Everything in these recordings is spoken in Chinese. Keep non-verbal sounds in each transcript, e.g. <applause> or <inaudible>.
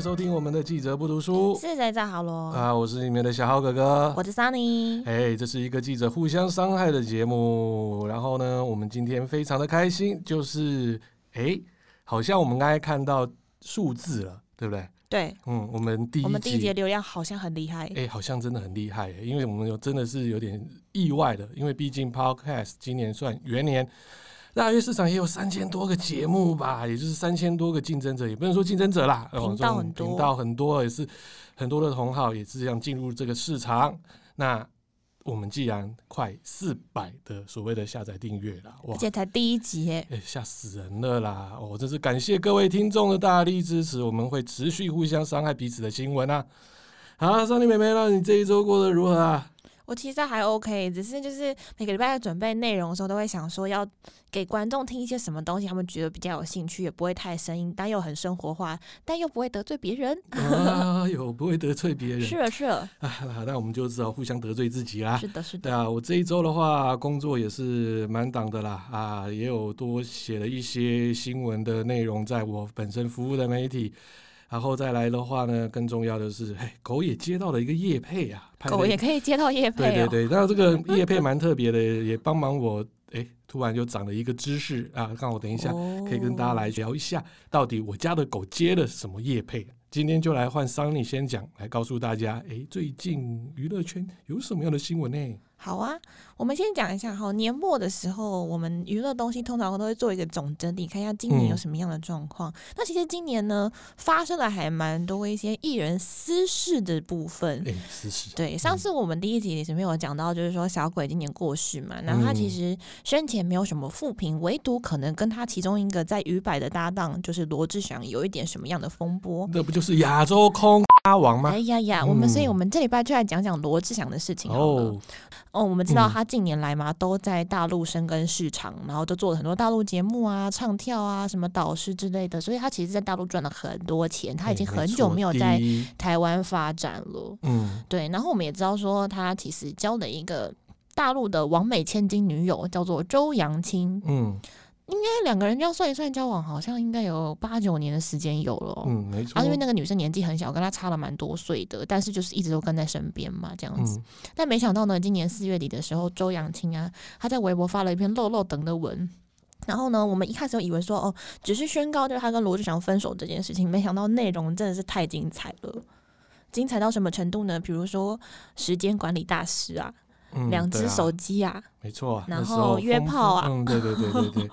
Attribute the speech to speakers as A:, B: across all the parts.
A: 收听我们的记者不读书
B: 是谁在好喽？
A: 啊，我是你们的小浩哥哥
B: 我。的 Sunny，
A: 哎，这是一个记者互相伤害的节目。然后呢，我们今天非常的开心，就是哎，好像我们刚才看到数字了，对不对？
B: 对
A: 嗯，我们第
B: 我
A: 一
B: 们第一节
A: 集。
B: 流量好像很厉害，
A: 哎、好像真的很厉害耶，因为我们有真的是有点意外的，因为毕竟 Podcast 今年算元年，大约市场也有三千多个节目吧，也就是三千多个竞争者，也不能说竞争者啦，哦
B: 频
A: 这
B: 道
A: 种
B: 很多
A: 频道很多也是很多的同好也是想进入这个市场。那我们既然快四百的所谓的下载订阅了，哇
B: 而！且才第一集耶，
A: 哎，吓死人了啦！哦，真是感谢各位听众的大力支持，我们会持续互相伤害彼此的新闻啊。好，少女妹妹，那你这一周过得如何啊？ <laughs>
B: 我其实还 OK，只是就是每个礼拜在准备内容的时候，都会想说要给观众听一些什么东西，他们觉得比较有兴趣，也不会太生硬，但又很生活化，但又不会得罪别人。
A: 啊哟，不会得罪别人
B: 是了是了，
A: <laughs> 啊，那我们就只好互相得罪自己啦。
B: 是的是的，
A: 对啊，我这一周的话，工作也是满档的啦，啊，也有多写了一些新闻的内容，在我本身服务的媒体。然后再来的话呢，更重要的是，嘿，狗也接到了一个业配啊，拍了
B: 狗
A: 一
B: 也可以接到叶
A: 对
B: 配
A: 对
B: 哦。
A: 对，那这个叶配蛮特别的，也帮忙我哎，突然就长了一个知识啊！看我等一下
B: 哦
A: 可以跟大家来聊一下，到底我家的狗接了什么叶配。今天就来换桑尼先讲，来告诉大家，哎，最近娱乐圈有什么样的新闻呢？
B: 好啊，我们先讲一下哈，年末的时候，我们娱乐东西通常都会做一个总整理，看一下今年有
A: 嗯
B: 什么样的状况。那其实今年呢，发生了还蛮多一些艺人私事的部分。
A: 哎，是是，
B: 对，上次我们第一集里面有讲到，就是说小鬼今年过世嘛，然后他
A: 嗯
B: 其实生前没有什么负评，唯独可能跟他其中一个在娱百的搭档，就是罗志祥，有一点什么样的风波。
A: 那不就是亚洲空阿王吗
B: 哎？呀呀，我们、
A: 嗯
B: 所以我们这礼拜就来讲讲罗志祥的事情好了。
A: 哦，
B: 哦，我们知道
A: 嗯
B: 他近年来嘛，都在大陆深耕市场，然后就做了很多大陆节目啊、唱跳啊、什么导师之类的，所以他其实，在大陆赚了很多钱，他已经
A: 哎
B: 很久没有在
A: 错第一
B: 台湾发展了。
A: 嗯，
B: 对，然后我们也知道说，他其实交了一个大陆的王美千金女友，叫做周扬青。
A: 嗯
B: 那两个人要算一算交往，好像应该有八九年的时间有了哦。
A: 嗯，没错，
B: 啊，因为那个女生年纪很小，跟他差了蛮多岁的，但是就是一直都跟在身边嘛，这样子。
A: 嗯，
B: 但没想到呢，今年四月底的时候，周扬青啊，他在微博发了一篇漏漏等的文。然后呢，我们一开始以为说哦，只是宣告就是他跟罗志祥分手这件事情，没想到内容真的是太精彩了，精彩到什么程度呢？比如说时间管理大师啊，
A: 嗯
B: 两
A: 对
B: 只
A: 啊
B: 手机啊，
A: 没错啊，
B: 然
A: 那时
B: 后
A: 候
B: 约
A: 风
B: 炮啊
A: 嗯，对对对对
B: <laughs>
A: 对，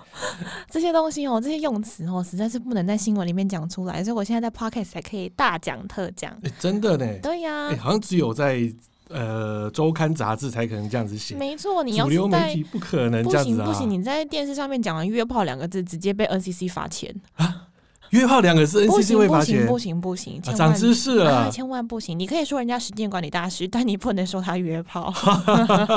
B: 这些东西哦，这些用词哦，实在是不能在新闻里面讲出来，所以我现在在 podcast 才可以大讲特讲。
A: 哎真的呢，
B: 对呀、
A: 哎、好像只有在呃周刊杂志才可能这样子写，
B: 没错，你要
A: 主
B: 是
A: 流媒
B: 在
A: 体不可能
B: 不
A: 这样
B: 行
A: 子啊！
B: 不行，你在电视上面讲完约炮两个字，直接被 NCC 罚钱。
A: 约炮两个字
B: 不
A: NCC
B: 行
A: 会
B: 不
A: 罚钱
B: 行，不行不行，
A: 啊
B: 千
A: 长
B: 万
A: 知识了。
B: 啊，千万不行！你可以说人家时间管理大师，但你不能说他
A: <laughs>
B: 约炮。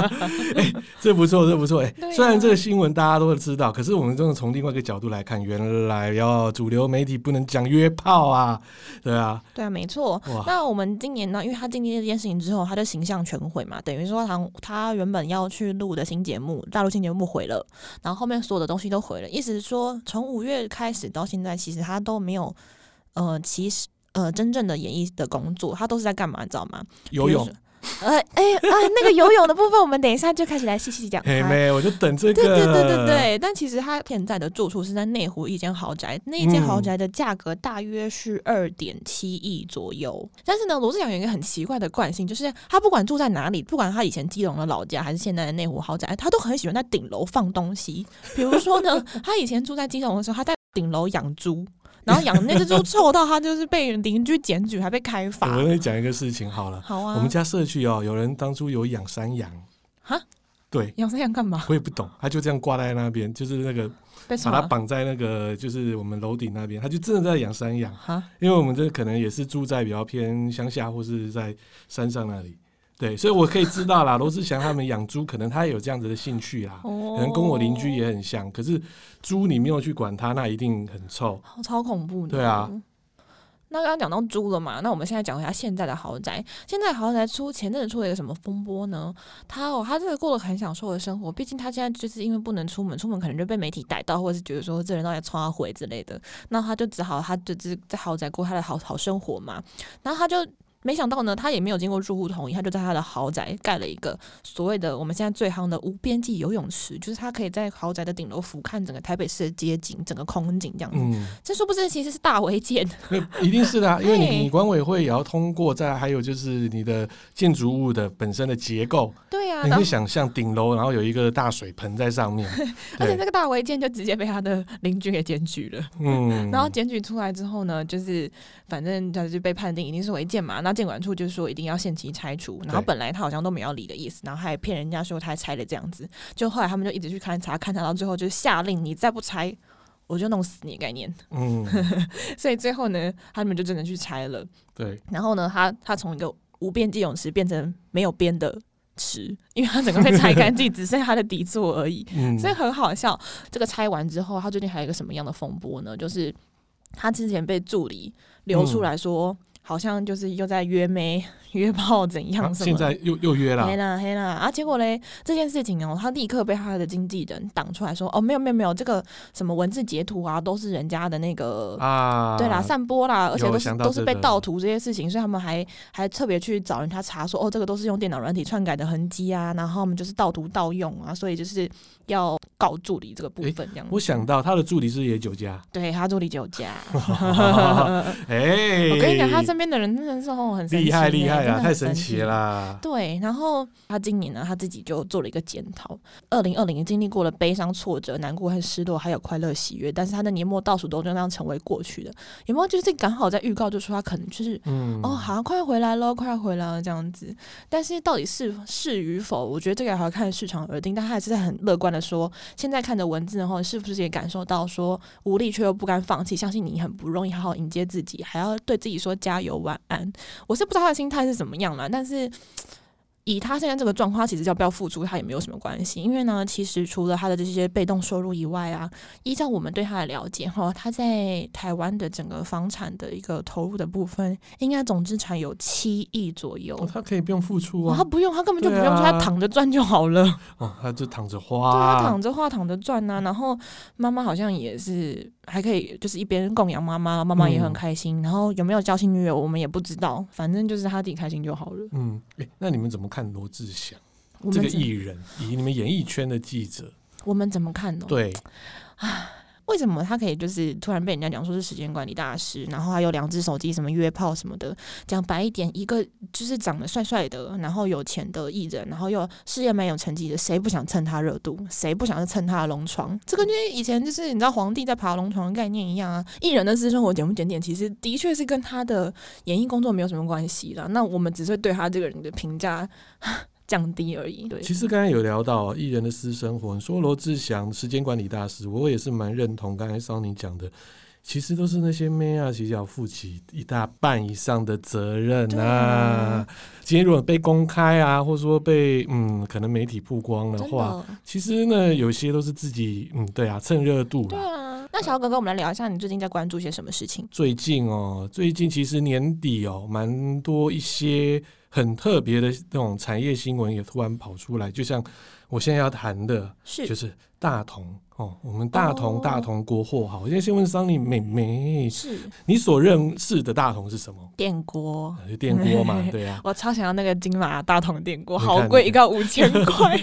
A: <laughs> 这不错，这不错。哎、
B: 对啊
A: 虽然这个新闻大家都知道，可是我们真的从另外一个角度来看，原来要主流媒体不能讲约炮啊，对啊，
B: 对啊，没错。
A: 哇，
B: 那我们今年呢，因为他经历这件事情之后，他的形象全毁嘛，等于说他他原本要去录的新节目，大陆新节目毁了，然后后面所有的东西都毁了，意思是说从五月开始到现在，其实他都没有呃，其实呃，真正的演艺的工作，他都是在干嘛，你知道吗？
A: 游泳
B: 比如，说。呃，哎、啊、那个游泳的部分，我们等一下就开始来细细
A: <laughs>
B: 讲。
A: 哎、妹，我就等这个。
B: 对对对对对，但其实他现在的住处是在内湖一间豪宅，那一间豪宅的价格大约是二点七亿左右。但是呢，罗志祥有一个很奇怪的惯性，就是他不管住在哪里，不管他以前基隆的老家还是现在的内湖豪宅，他都很喜欢在顶楼放东西。比如说
A: <laughs>
B: 呢，他以前住在基隆的时候，他在顶楼养猪。然后养那只猪臭到他就是被邻居检举，还被开罚。
A: 我跟你讲一个事情好了，
B: 好啊，
A: 我们家社区哦，有人当初有养山羊，
B: 哈，
A: 对。
B: 养山羊干嘛？
A: 我也不懂，他就这样挂在那边，就是那个
B: 被什
A: 把它
B: 么？
A: 绑在那个就是我们楼顶那边，他就真的在养山羊，
B: 哈，
A: 因为我们这可能也是住在比较偏乡下或是在山上那里，对，所以我可以知
B: <laughs>
A: 道啦，罗志祥他们养猪，可能他也有这样子的兴趣啦，可
B: 可
A: 能跟我邻居也很像，可是猪你没有去管它，那一定很臭，
B: 哦超恐怖的。
A: 对啊。
B: 那刚刚讲到租了嘛，那我们现在讲一下现在的豪宅。现在豪宅出前阵子出了一个什么风波呢？他哦，他真的过了很享受的生活，毕竟他现在就是因为不能出门，出门可能就被媒体逮到，或者是觉得说这人到底穿回之类的，那他就只好他就是在豪宅过他的好好生活嘛。然后他就没想到呢，他也没有经过住户同意，他就在他的豪宅盖了一个所谓的我们现在最夯的无边际游泳池，就是他可以在豪宅的顶楼俯瞰整个台北市的街景、整个空景这样子。
A: 嗯，
B: 这说不知其实是大违建，
A: 那一定是的、
B: <laughs>
A: 啊，因为
B: 嘿
A: 你你管委会也要通过，再来还有就是你的建筑物的本身的结构，
B: <laughs> <laughs> 对啊，
A: 你
B: 然
A: 可
B: 后
A: 以想象顶楼，然后有一个大水盆在上面，
B: 而且
A: 对
B: 这，个大违建就直接被他的邻居给检举了。
A: 嗯，
B: <laughs> 然后检举出来之后呢，就是反正他就被判定一定是违建嘛。那监管处就说一定要限期拆除，然后
A: 对
B: 本来他好像都没要理的意思，然后还骗人家说他拆了这样子。就后来他们就一直去勘察，勘察到最后就是下令你再不拆。我就弄死你的概念， <laughs>
A: 嗯，
B: 所以最后呢，他们就真的去拆了。
A: 对，
B: 然后呢，他他从一个无边际泳池变成没有边的池，因为他整
A: <laughs>
B: 个被拆干净，只剩下他的底座而已。
A: 嗯，
B: 所以很好笑。这个拆完之后，他最近还有一个什么样的风波呢？就是他之前被助理流
A: 嗯
B: 出来说，好像就是又在约妹、约炮怎
A: 啊
B: 样什么。
A: 现在又又约了
B: 黑，啦黑啦啊！结果嘞，这件事情哦，他立刻被他的经纪人挡出来说：“哦，没有没有没有，这个什么文字截图啊，都是人家的那个
A: 啊，
B: 对啦，散播啦，而且
A: 有
B: 都是
A: 想到
B: 都是
A: 这
B: 被
A: 个
B: 盗图这些事情，所以他们还还特别去找人家查说，哦，这个都是用电脑软体篡改的痕迹啊，然后我们就是盗图盗用啊，所以就是要告助理这个部
A: 诶
B: 分这样子。
A: 我想到他的助理是野酒家，
B: 对他助理就有
A: <laughs>
B: 加，
A: 哎、
B: 我跟你讲，他身边的人真的是哦很神
A: 厉害
B: 奇
A: 厉
B: 耶
A: 害
B: 真的
A: 啊，
B: 很
A: 太神
B: 奇
A: 奇了。啦，
B: 对，然后他今年呢，他自己就做了一个检讨。二零二零经历过了悲伤、挫折、难过和失落，还有快乐、喜悦，但是他的年末倒数都就那样成为过去的。有没有就是刚好在预告就说他可能就是
A: 嗯，
B: 哦，好像快要回来了，快要回来了这样子。但是到底是是与否，我觉得这个还要看市场而定。但他还是在很乐观的说，现在看着文字然后，是不是也感受到说无力却又不甘放弃，相信你很不容易，好好迎接自己，还要对自己说加油、晚安。我是不知道他的心态是怎么样啦，但是。以他现在这个状况，其实要不要付出，他也没有什么关系。因为呢，其实除了他的这些被动收入以外啊，依照我们对他的了解，哈，他在台湾的整个房产的一个投入的部分，应该总资产有七亿左右。
A: 哦他可以不用付出
B: 哦
A: 啊
B: 他，不用，他根本就不
A: 对
B: 用，
A: 啊
B: 他躺着赚就好了。
A: 哦，他就躺着
B: 对
A: 花，
B: 啊，躺着画，躺着赚
A: 嗯
B: 呐、然后妈妈好像也是还可以，就是一边供养妈妈，妈妈也很
A: 嗯
B: 开心。然后有没有交心女友，我们也不知道，反正就是他自己开心就好了。
A: 嗯，哎、那你们怎么看罗志祥
B: 我
A: 这
B: 们
A: 个
B: 怎
A: 艺人，以你们演艺圈的记者？
B: 我们怎么看呢、
A: 对，
B: 为什么他可以就是突然被人家讲说是时间管理大师，然后还有两只手机什么约炮什么的？讲白一点，一个就是长得帅帅的，然后有钱的艺人，然后又事业蛮有成绩的，谁不想蹭他热度？谁不想要蹭他的龙床？这个就是以前就是你知道皇帝在爬龙床的概念一样啊。艺人的私生活检不检点，其实的确是跟他的演艺工作没有什么关系啦。那我们只是对他这个人的评价 <laughs> 降低而已。对，
A: 其实刚才有聊到艺人的私生活，你说罗志祥时间管理大师，我也是蛮认同刚才桑尼讲的。其实都是那些妹啊，其实要负起一大半以上的责任
B: 对
A: 啊
B: 啊。
A: 今天如果被公开啊，或者说被嗯，可能媒体曝光的
B: 真
A: 话，
B: 的。
A: 其实呢，有些都是自己嗯，对啊，蹭热度
B: 对
A: 啦。
B: 啊，那小哥哥，我们来聊一下你最近在关注些什么事情？
A: 最近哦，最近其实年底哦，蛮多一些很特别的那种产业新闻也突然跑出来，就像我现在要谈的，
B: 是
A: 就是大同哦，我们大同、
B: 哦
A: 大同国货好。我现在先问桑尼妹妹，
B: 是
A: 你所认识的大同是什么？
B: 电锅。
A: 呃就电锅
B: <laughs>
A: 嘛，对啊。
B: 我超想要那个金马大桶电锅，
A: 你看
B: 好贵，
A: 你看
B: 一个五千
A: <laughs>
B: 块，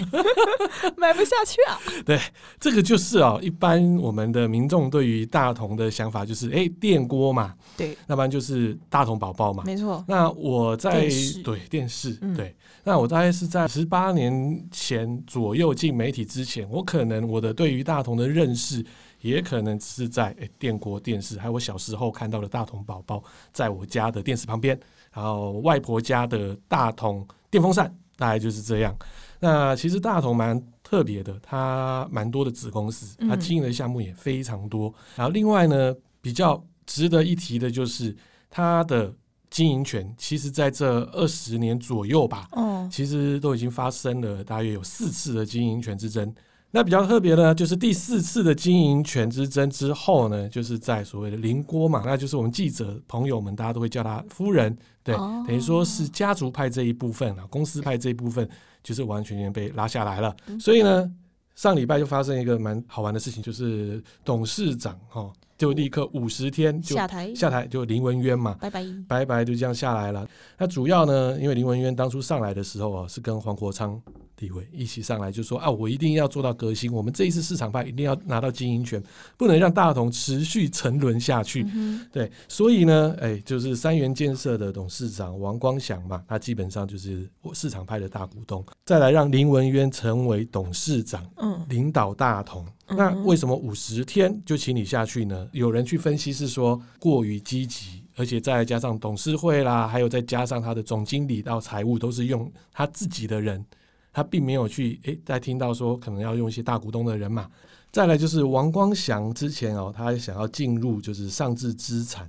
B: 买不下去啊！
A: 这个就是哦，一般我们的民众对于大同的想法就是，哎，电锅嘛，
B: 对，
A: 要不然就是大同宝宝嘛。
B: 没错，
A: 那我在
B: 哦电视
A: 对电视、
B: 嗯
A: 对，那我大概是在十八年前左右进媒体之前，我可能我的对于大同的认识，也可能是在诶电国电视，还有我小时候看到的大同宝宝在我家的电视旁边，然后外婆家的大同电风扇，大概就是这样。那其实大同蛮特别的，它蛮多的子公司，它
B: 嗯
A: 经营的项目也非常多。然后另外呢，比较值得一提的就是它的经营权，其实在这二十年左右吧，
B: 哦，
A: 其实都已经发生了大约有四次的经营权之争。那比较特别呢，就是第四次的经营权之争之后呢，就是在所谓的林郭嘛，那就是我们记者朋友们大家都会叫她夫人，对，
B: 哦
A: 等于说是家族派这一部分啊，公司派这一部分就是完全全被拉下来了。
B: 嗯
A: 所以呢，上礼拜就发生一个蛮好玩的事情，就是董事长哈、哦就立刻五十天就
B: 下台，
A: 下台，就林文渊嘛，
B: 拜拜。
A: 白白就这样下来了。那主要呢，因为林文渊当初上来的时候啊，是跟黄国昌、立委一起上来，就说啊，我一定要做到革新，我们这一次市场派一定要拿到经营权，不能让大同持续沉沦下去。
B: 嗯
A: 对，所以呢，哎，就是三元建设的董事长王光祥嘛，他基本上就是市场派的大股东，再来让林文渊成为董事长。
B: 哼嗯，
A: 领导大同。
B: 嗯
A: 那为什么五十天就请你下去呢？有人去分析是说过于积极，而且再加上董事会啦，还有再加上他的总经理到财务都是用他自己的人，他并没有去诶，在听到说可能要用一些大股东的人嘛。再来就是王光祥之前哦，他想要进入就是上智资产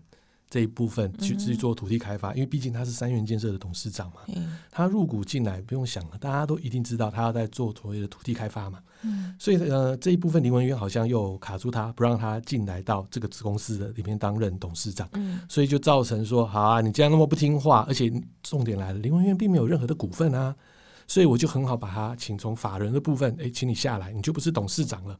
A: 这一部分去
B: 嗯
A: 去做土地开发，因为毕竟他是三元建设的董事长嘛，
B: 嗯
A: 他入股进来不用想了，大家都一定知道他要在做所谓的土地开发嘛。
B: 嗯
A: 所以呃，这一部分林文渊好像又卡住他，不让他进来到这个子公司的里面担任董事长，
B: 嗯
A: 所以就造成说，好啊，你这样那么不听话，而且重点来了，林文渊并没有任何的股份啊，所以我就很好把他请从法人的部分，诶，请你下来，你就不是董事长了。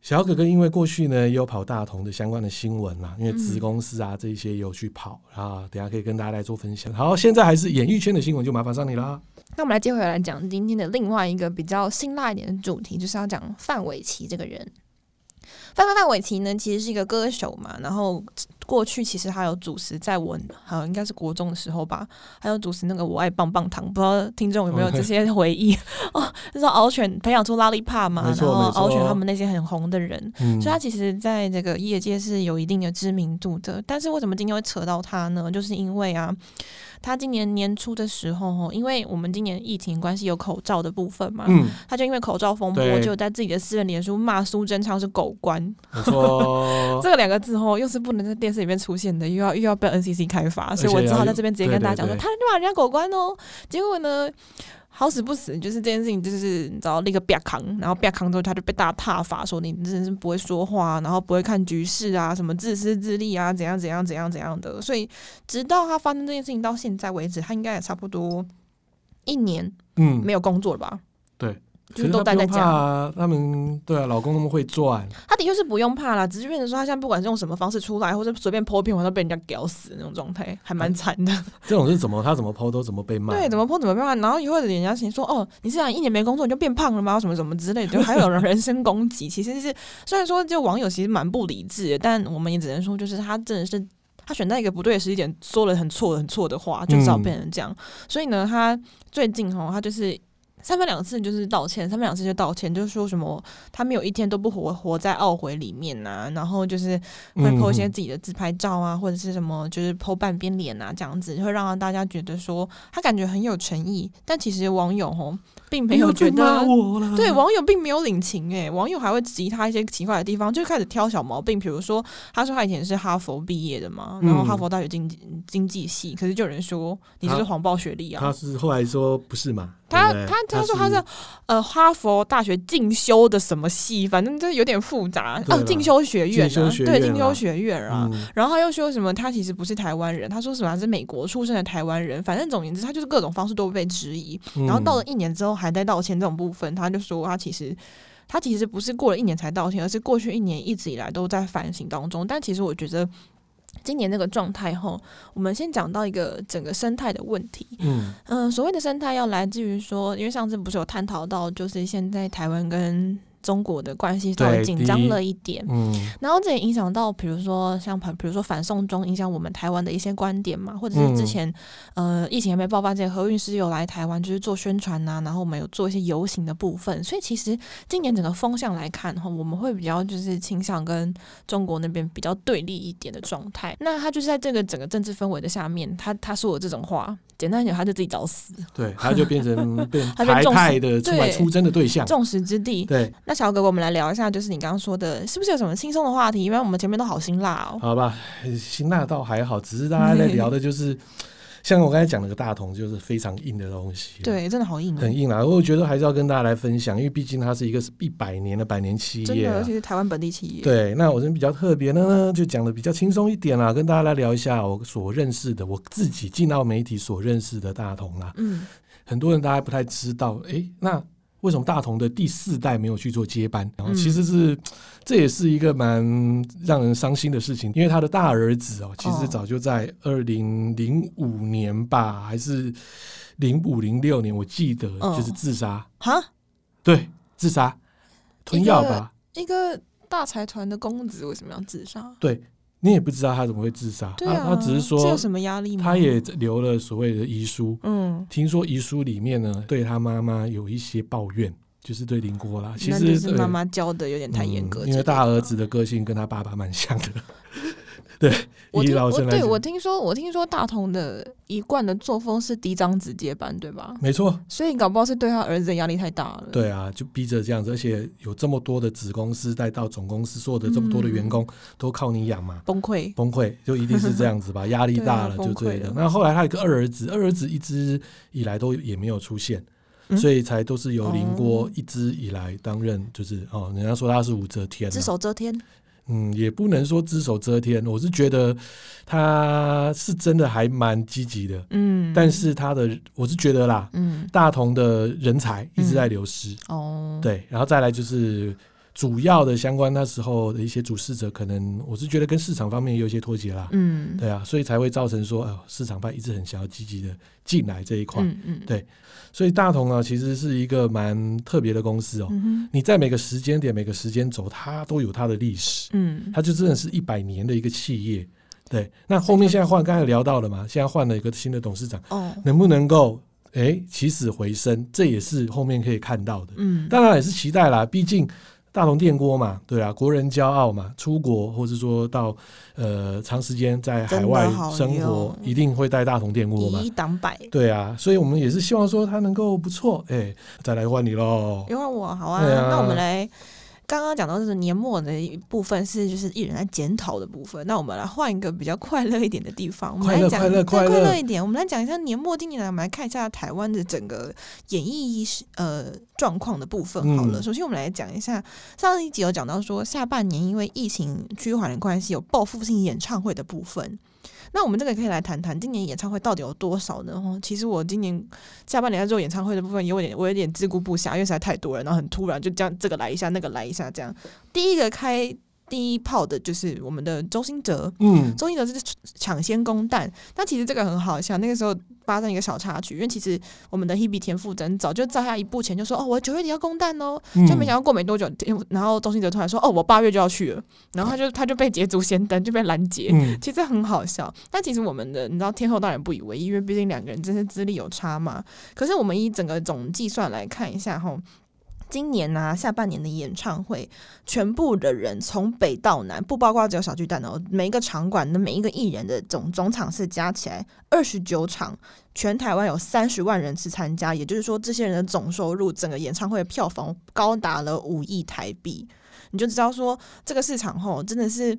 A: 小哥哥因为过去呢也有跑大同的相关的新闻啦，因为子公司啊这一些也有去跑啊，等一下可以跟大家来做分享。好，现在还是演艺圈的新闻，就麻烦上你啦。
B: 那我们来接回来讲今天的另外一个比较辛辣一点的主题，就是要讲范玮琪这个人。范范范玮琪呢，其实是一个歌手嘛，然后过去其实他有主持，在我好像应该是国中的时候吧，还有主持那个《我爱棒棒糖》，不知道听众有没有这些回忆 <laughs> 哦？那时候敖犬培养出拉力帕嘛，
A: 没
B: 然
A: 错
B: 后
A: 没错
B: 敖犬他们那些很红的人，
A: 嗯
B: 所以他其实在这个业界是有一定的知名度的。但是为什么今天会扯到他呢？就是因为啊，他今年年初的时候，吼因为我们今年疫情关系有口罩的部分嘛，
A: 嗯，
B: 他就因为口罩风波，
A: 对
B: 就在自己的私人脸书骂苏贞昌是狗官，
A: 没错。
B: 这两个字吼又是不能在电视里面出现的，又要又要被 NCC 开罚，所以我
A: 而且
B: 只
A: 要
B: 好在这边直接跟大家讲说，
A: 对对对
B: 他就骂人家狗官哦。结果呢？好死不死，就是这件事情，就是你知道立个啪扛，然后啪扛之后，他就被大挞伐，说你真是不会说话，然后不会看局势啊，什么自私自利啊，怎样怎样怎样怎样的。所以，直到他发生这件事情到现在为止，他应该也差不多一年
A: 嗯，
B: 没有工作了吧？
A: 对，可
B: 就是
A: 是
B: 都
A: 他
B: 待
A: 不
B: 在
A: 用怕
B: 家。
A: 啊，他们对啊，老公那么会赚，
B: 他的确是不用怕啦，只是变成说他现在不管是用什么方式出来，或者随便剖一篇文都被人家屌死那种状态，还蛮惨的。
A: 这种是怎么他怎么剖都怎么被骂。
B: 对，怎么剖怎么被骂，然后以后人家先说哦，你是想一年没工作你就变胖了吗？什么什么之类的，就还有人人身攻击。其实是虽然说就网友其实蛮不理智的，但我们也只能说就是他真的是。 <laughs> 他选在一个不对的时间点，说了很错很错的话，就只好
A: 嗯
B: 变成这样。所以呢，他最近哈，他就是三番两次就是道歉，三番两次就道歉，就是说什么他没有一天都不活活在懊悔里面呐、然后就是会
A: 嗯
B: po 一些自己的自拍照啊，或者是什么，就是 po 半边脸啊，这样子会让大家觉得说他感觉很有诚意，但其实网友吼并没有
A: 不要
B: 觉
A: 再哎骂
B: 得。
A: 我了。
B: 对，网友并没有领情诶，网友还会质疑他一些奇怪的地方，就开始挑小毛病。比如说，他说他以前是哈佛毕业的嘛，然后
A: 嗯
B: 哈佛大学经济经济系，可是就有人说你就是
A: 他
B: 谎报学历啊。
A: 他是后来说不是嘛？
B: 他
A: 对不对
B: 他他说他
A: 是
B: 是呃哈佛大学进修的什么系，反正这有点复杂
A: 对
B: 哦，
A: 啦
B: 进修学院
A: 进
B: 啊
A: 修，学
B: 对，
A: 院
B: 进修
A: 啦
B: 学院啊。
A: 嗯
B: 然后他又说什么他其实不是台湾人，他说什么他是美国出生的台湾人，反正总而言之，他就是各种方式都被质疑。
A: 嗯
B: 然后到了一年之后还在道歉这种部分，他就说他其实。他其实不是过了一年才道歉，而是过去一年一直以来都在反省当中。但其实我觉得今年这个状态后，我们先讲到一个整个生态的问题。
A: 嗯
B: 嗯，所谓的生态要来自于说，因为上次不是有探讨到，就是现在台湾跟中国的关系稍微
A: 对
B: 紧
A: 第一
B: 张了一点。
A: 嗯
B: 然后这也影响到，比如说像反，比如说反送中影响我们台湾的一些观点嘛，或者是之
A: 嗯
B: 前、呃疫情还没爆发之前，何韵诗有来台湾就是做宣传呐、然后我们有做一些游行的部分，所以其实今年整个风向来看哈，我们会比较就是倾向跟中国那边比较对立一点的状态。那他就是在这个整个政治氛围的下面，他他说我这种话，简单一点，他就自己找死，
A: 对，他就变
B: <laughs>
A: 成变
B: 他变
A: 排
B: 重视
A: 派的出来
B: 对
A: 出征的对象。
B: 众矢之的。
A: 对，
B: 那小哥哥，我们来聊一下，就是你刚刚说的，是不是有什么轻松的话题？因为我们前面都好辛辣哦。
A: 好吧，辛辣倒还好，只是大家在聊的就是。像我刚才讲那个大同，就是非常硬的东西，，啊
B: 对，真的好硬哦、
A: 很硬啦。我觉得还是要跟大家来分享，因为毕竟它是一个一百年的百年企
B: 真
A: 业
B: 的，
A: 啊
B: 尤其是台湾本地企业。
A: 对，那
B: 嗯
A: 我这边比较特别的呢，就讲的比较轻松一点啦，跟大家来聊一下我所认识的，我自己进到媒体所认识的大同啦。
B: 嗯，
A: 很多人大家不太知道，诶，那为什么大同的第四代没有去做接班？然后其
B: 嗯
A: 实是、这也是一个蛮让人伤心的事情，因为他的大儿子哦，其实
B: 哦
A: 早就在二零零五年吧，还是零五零六年，我记得
B: 嗯
A: 就是自杀，
B: 哈，
A: 对，自杀吞
B: 一
A: 药
B: 个
A: 吧。
B: 一个大财团的公子为什么要自杀？
A: 你也不知道他怎么会自杀，
B: 对
A: 他
B: 啊，
A: 他只是
B: 这
A: 说
B: 有什么压力吗？
A: 他也留了所谓的遗书，
B: 嗯，
A: 听说遗书里面呢对他妈妈有一些抱怨，就是对林郭啦，其
B: 那就
A: 实
B: 是妈妈教的有点
A: 呃
B: 太严格、
A: 嗯因为大儿子。的个性跟他爸爸蛮像
B: <laughs>
A: 的，对，
B: 我
A: 以
B: 听
A: 老
B: 我
A: 生来
B: 对我
A: 讲，
B: 听说我听说大同的一贯的作风是嫡长子接班，对吧？
A: 没错，
B: 所以搞不好是对他儿子的压力太大了。，
A: 对啊，就逼着这样子，而且有这么多的子公司再到总公司，所有的这么多的
B: 嗯
A: 员工都靠你养嘛。
B: 崩溃。
A: 崩溃就一定是这样子
B: <laughs>
A: 吧，压力
B: 对啊
A: 大了
B: 崩
A: 就
B: 溃
A: 这样
B: 了。
A: 那后来他有个二儿子，二儿子一直以来都也没有出现，
B: 嗯
A: 所以才都是由林郭
B: 哦
A: 一直以来担任，就是哦，人家说他是武则天、
B: 只
A: 啊，
B: 手遮天，
A: 嗯，也不能说只手遮天，我是觉得他是真的还蛮积极的，
B: 嗯，
A: 但是他的我是觉得啦，
B: 嗯，
A: 大同的人才一直在流失，
B: 哦，，
A: 对，然后再来就是。主要的相关那时候的一些主事者，可能我是觉得跟市场方面也有一些脱节啦。
B: 嗯，
A: 对啊，所以才会造成说，呃，市场派一直很想要积极的进来这一块。
B: 嗯嗯，
A: 对所以大同啊，其实是一个蛮特别的公司哦。
B: 嗯哼，
A: 你在每个时间点、每个时间轴，它都有它的历史，
B: 嗯，
A: 它就真的是一百年的一个企业。对，那后面现在换，刚才聊到了嘛，现在换了一个新的董事长，
B: 哦，
A: 能不能够诶起死回生，这也是后面可以看到的。
B: 嗯，
A: 当然也是期待啦，毕竟大同电锅嘛，对啊，国人骄傲嘛，出国或是说到呃长时间在海外
B: 真的好
A: 生活
B: 用，
A: 一定会带大同电锅嘛
B: 以一，挡百，
A: 对啊，所以我们也是希望说它能够不错，哎、再来换你喽。
B: 因为我好啊，
A: 对啊
B: 那我们来。刚刚讲到就是年末的一部分是就是艺人在检讨的部分，那我们来换一个比较快乐一点的地方，我们
A: 快乐
B: 来讲
A: 快乐
B: 对
A: 快
B: 快
A: 乐
B: 一点，我们来讲一下年末今年来，我们来看一下台湾的整个演艺呃状况的部分好了。
A: 嗯
B: 首先我们来讲一下上一集有讲到说下半年因为疫情趋缓的关系，有报复性演唱会的部分，那我们这个可以来谈谈今年演唱会到底有多少呢？哦，其实我今年下半年在做演唱会的部分，有点我有点自顾不暇，因为实在太多了，然后很突然就这样这个来一下，那个来一下，这样。第一个开第一炮的就是我们的周兴哲，
A: 嗯，
B: 周兴哲是抢先攻蛋，那其实这个很好笑，那个时候发生一个小插曲，因为其实我们的 Hebe 田馥甄早就在他一步前就说哦，我九月底要攻蛋哦，
A: 嗯
B: 就没想到过没多久，田馥然后周兴哲突然说哦，我八月就要去了，然后他就他就被捷足先登，就被拦截，
A: 嗯，
B: 其实很好笑，但其实我们的你知道天后当然不以为意，因为毕竟两个人真是资历有差嘛。可是我们以整个总计算来看一下哈，今年啊下半年的演唱会，全部的人从北到南，不包括只有小巨蛋哦，每一个场馆的每一个艺人的总总场次加起来二十九场，全台湾有三十万人次参加，也就是说这些人的总收入，整个演唱会的票房高达了五亿台币。你就知道说这个市场吼真的是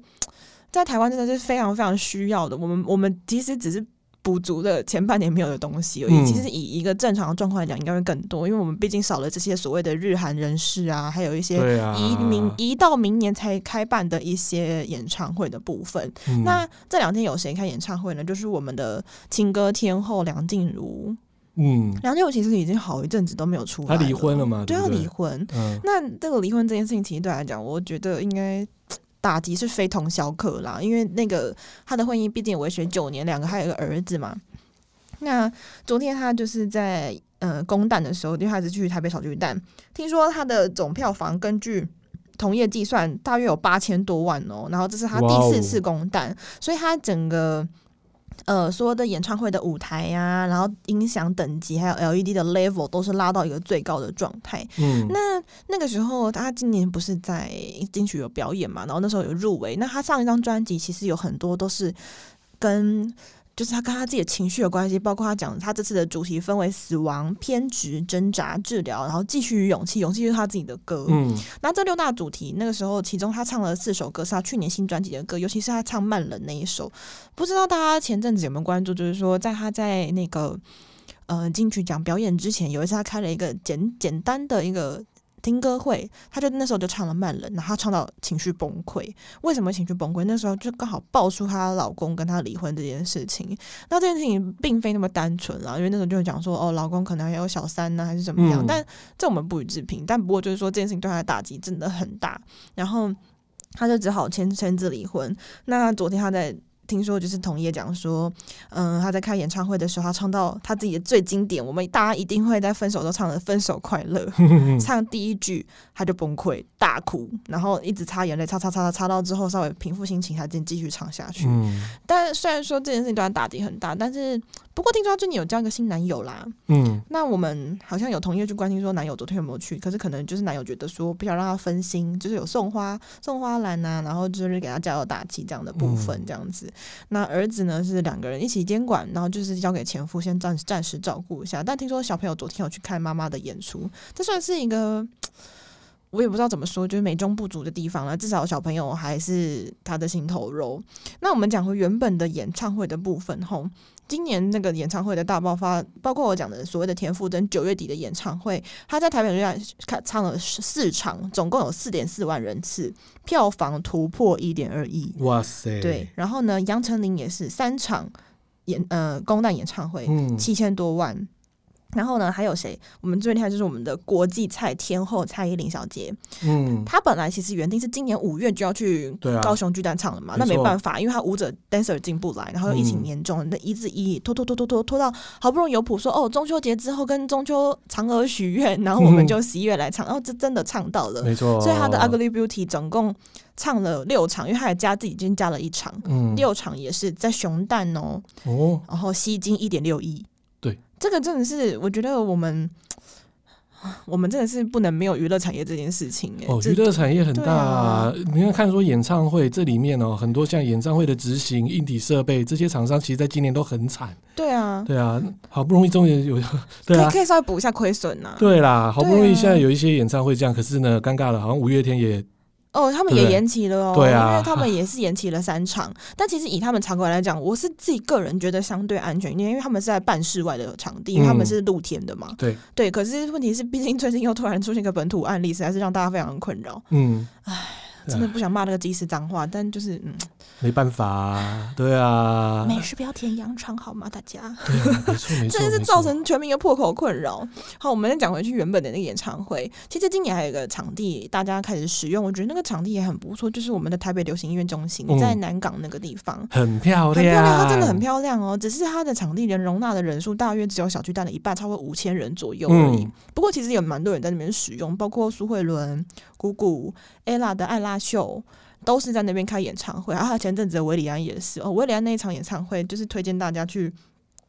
B: 在台湾真的是非常非常需要的。我们我们其实只是补足了前半年没有的东西而已。
A: 嗯
B: 其实以一个正常的状况来讲，应该会更多，因为我们毕竟少了这些所谓的日韩人士啊，还有一些。
A: 对啊，
B: 移民移到明年才开办的一些演唱会的部分，
A: 嗯
B: 那这两天有谁开演唱会呢？就是我们的情歌天后梁静茹，
A: 嗯，
B: 梁静茹其实已经好一阵子都没有出来，
A: 他离婚了，嘛，
B: 对，
A: 不
B: 要
A: 对
B: 离婚，
A: 嗯，
B: 那这个离婚这件事情，其实对来讲，我觉得应该打击是非同小可啦，因为那个他的婚姻毕竟维持九年，两个还有一个儿子嘛。那昨天他就是在呃公蛋的时候，因为他是去台北小巨蛋，听说他的总票房根据。同业计算大约有八千多万哦，然后这是他
A: 哇
B: 第
A: 哦
B: 四次公蛋，所以他整个呃所有的演唱会的舞台呀、然后音响等级还有 LED 的 level 都是拉到一个最高的状态，
A: 嗯，
B: 那那个时候，他今年不是在金曲有表演嘛，然后那时候有入围。那他上一张专辑其实有很多都是跟就是他跟他自己的情绪有关系，包括他讲他这次的主题分为死亡、偏执、挣扎、治疗，然后继续与勇气。勇气就是他自己的歌。
A: 嗯
B: 那这六大主题，那个时候其中他唱了四首歌是他去年新专辑的歌，尤其是他唱《慢冷》那一首。不知道大家前阵子有没有关注，就是说在他在那个呃金曲奖表演之前，有一次他开了一个简简单的一个。听歌会，他就那时候就唱了《慢冷》，然后他唱到情绪崩溃。为什么情绪崩溃？那时候就刚好爆出她老公跟她离婚这件事情。那这件事情并非那么单纯啦，因为那时候就讲说，哦，老公可能还有小三啊呢、还是怎么样。
A: 嗯
B: 但这我们不予置评。但不过就是说，这件事情对她的打击真的很大。然后她就只好签签字离婚。那昨天她在。听说就是同业讲说，嗯，她在开演唱会的时候，她唱到她自己的最经典，我们大家一定会在分手都唱的《分手快乐》，唱第一句他就崩溃大哭，然后一直擦眼泪，擦擦擦擦擦到之后稍微平复心情，他继继续唱下去。
A: 嗯
B: 但虽然说这件事情对他打击很大，但是不过听说他最近有交一个新男友啦。
A: 嗯
B: 那我们好像有同业去关心说男友昨天有没有去，可是可能就是男友觉得说不想让他分心，就是有送花送花篮呐、然后就是给他加油打气这样的部分
A: 嗯
B: 这样子。那儿子呢是两个人一起监管，然后就是交给前夫先暂暂时照顾一下。但听说小朋友昨天有去看妈妈的演出，这算是一个。我也不知道怎么说，就是美中不足的地方了。至少小朋友还是他的心头肉。那我们讲回原本的演唱会的部分吼，今年那个演唱会的大爆发，包括我讲的所谓的田馥甄九月底的演唱会，他在台北站看唱了四场，总共有四点四万人次，票房突破一点二亿。
A: 哇塞，
B: 对，，然后呢，杨丞琳也是三场演呃公蛋演唱会，
A: 嗯
B: 七千多万。然后呢，还有谁？我们最厉害就是我们的国际菜天后蔡依林小姐，
A: 嗯，
B: 她本来其实原定是今年五月就要去
A: 对啊，
B: 高雄巨蛋唱了嘛，
A: 没
B: 那没
A: 错
B: 办法，因为他舞者 dancer 进不来，然后又疫情
A: 嗯
B: 严重，那一字一拖拖拖拖拖拖到好不容易有谱说哦，中秋节之后跟中秋嫦娥许愿，然后我们
A: 嗯
B: 就十一月来唱，然后这真的唱到了，
A: 没错，
B: 所以他的 Ugly Beauty 总共唱了六场，因为他还加自己已经加了一场，
A: 嗯
B: 六场也是在熊蛋哦，
A: 哦，
B: 然后吸金一点六亿，
A: 对，
B: 这个真的是我觉得我们。 <sighs> 我们真的是不能没有娱乐产业这件事情哎、
A: 哦，
B: 这
A: 娱乐产业很
B: 对
A: 大、
B: 啊
A: 你要看说演唱会这里面哦，很多像演唱会的执行、硬体设备这些厂商，其实在今年都很惨。
B: 对啊，
A: 对啊，好不容易终于有，对
B: 可以
A: 啊，
B: 可以稍微补一下亏损呐。
A: 对啦，好不容
B: 对
A: 易
B: 啊
A: 现在有一些演唱会这样，可是呢，尴尬了，好像五月天也
B: 哦，他们
A: 对
B: 也
A: 不对
B: 延期了哦，
A: 对啊
B: 因为他们也是延期了三场。但其实以他们场馆来讲，我是自己个人觉得相对安全一点，因为他们是在半室外的场地，因为他们
A: 嗯
B: 是露天的嘛。
A: 对，
B: 对，可是问题是，毕竟最近又突然出现一个本土案例，实在是让大家非常困扰。
A: 嗯，对啊
B: 真的不想骂那个技师脏话，但就是嗯，
A: 没办法、啊，对啊，
B: 美事不要填洋肠好吗？大家。
A: 对啊，没错没错，
B: 真的是
A: 没
B: 造
A: 错
B: 成全民的破口困扰。好，我们再讲回去原本的那个演唱会，其实今年还有一个场地大家开始使用，我觉得那个场地也很不错，就是我们的台北流行音乐中心，
A: 嗯
B: 在南港那个地方。
A: 很漂亮，
B: 很漂亮，它真的很漂亮哦。只是它的场地人容纳的人数大约只有小巨蛋的一半，差不多五千人左右而已。
A: 嗯
B: 不过其实有蛮多人在那边使用，包括苏慧伦、谷谷、ella 的艾拉秀。都是在那边开演唱会啊！前阵子的维里安也是哦，维里安那一场演唱会就是推荐大家去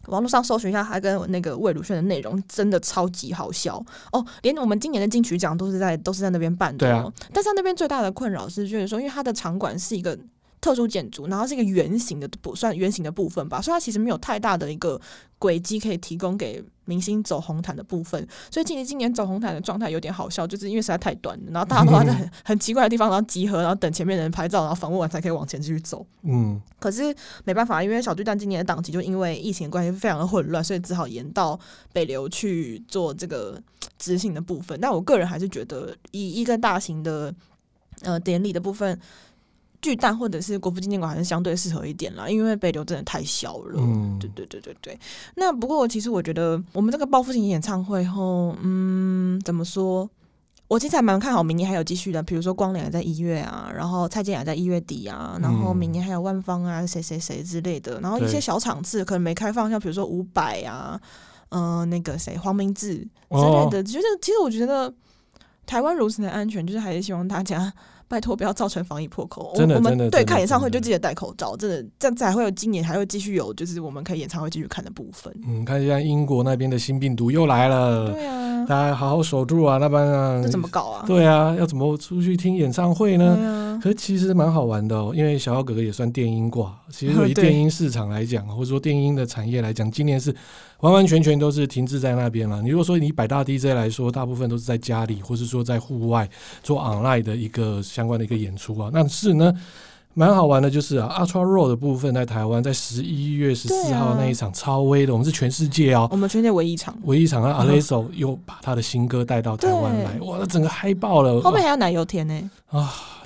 B: 网络上搜寻一下他跟那个魏如萱的内容，真的超级好笑哦！连我们今年的金曲奖都是在都是在那边办的、哦，但是他那边最大的困扰是，就是说，因为它的场馆是一个特殊建筑，然后是一个圆形的不算圆形的部分吧，所以它其实没有太大的一个轨迹可以提供给明星走红毯的部分。所以其实今年走红毯的状态有点好笑，就是因为实在太短了，然后大家都要在很很奇怪的地方，然后集合，然后等前面的人拍照，然后访问完才可以往前继续走。
A: 嗯，
B: 可是没办法，因为小巨蛋今年的档期就因为疫情的关系非常的混乱，所以只好延到北流去做这个执行的部分。但我个人还是觉得，以一个大型的呃典礼的部分，巨蛋或者是国父纪念馆还是相对适合一点啦，因为北流真的太小了。
A: 嗯
B: 对对对对对。那不过其实我觉得我们这个报复性演唱会后，嗯，怎么说？我其实还蛮看好明年还有继续的，比如说光良也在一月啊，然后蔡健雅在一月底啊，然后
A: 嗯
B: 明年还有万芳啊，谁谁谁之类的，然后一些
A: 对
B: 小场次可能没开放，像比如说伍佰啊，嗯、那个谁黄明志之类
A: 哦，
B: 的，就是其实我觉得台湾如此的安全，就是还是希望大家拜托不要造成防疫破口。
A: 真的
B: 我我
A: 真的
B: 们对
A: 真的
B: 看演唱会
A: 真的
B: 就记得戴口罩，真的这样才会有今年还会继续有，就是我们可以演唱会继续看的部分。
A: 嗯，看一下英国那边的新病毒又来了，
B: 对啊，
A: 大家好好守住啊，那不然
B: 这怎么搞啊？
A: 对啊，要怎么出去听演唱会呢？
B: 对啊，
A: 可其实蛮好玩的哦，因为小小哥哥也算电音挂。其实以
B: <laughs> 对
A: 电音市场来讲，或者说电音的产业来讲，今年是完完全全都是停滞在那边了。你如果说以百大 DJ 来说，大部分都是在家里，或是说在户外做 online 的一个相关的一个演出啊。但是呢，蛮好玩的，就是啊，Ultra Roll 的部分在台湾在十一月十四
B: 啊
A: 号那一场超威的，我们是全世界哦。
B: 我们全界唯一一场，
A: 唯一一场让 a l e s o 又把他的新歌带到台湾来，
B: 对
A: 哇，那整个嗨爆了！
B: 后面
A: 哇
B: 还有奶油甜呢，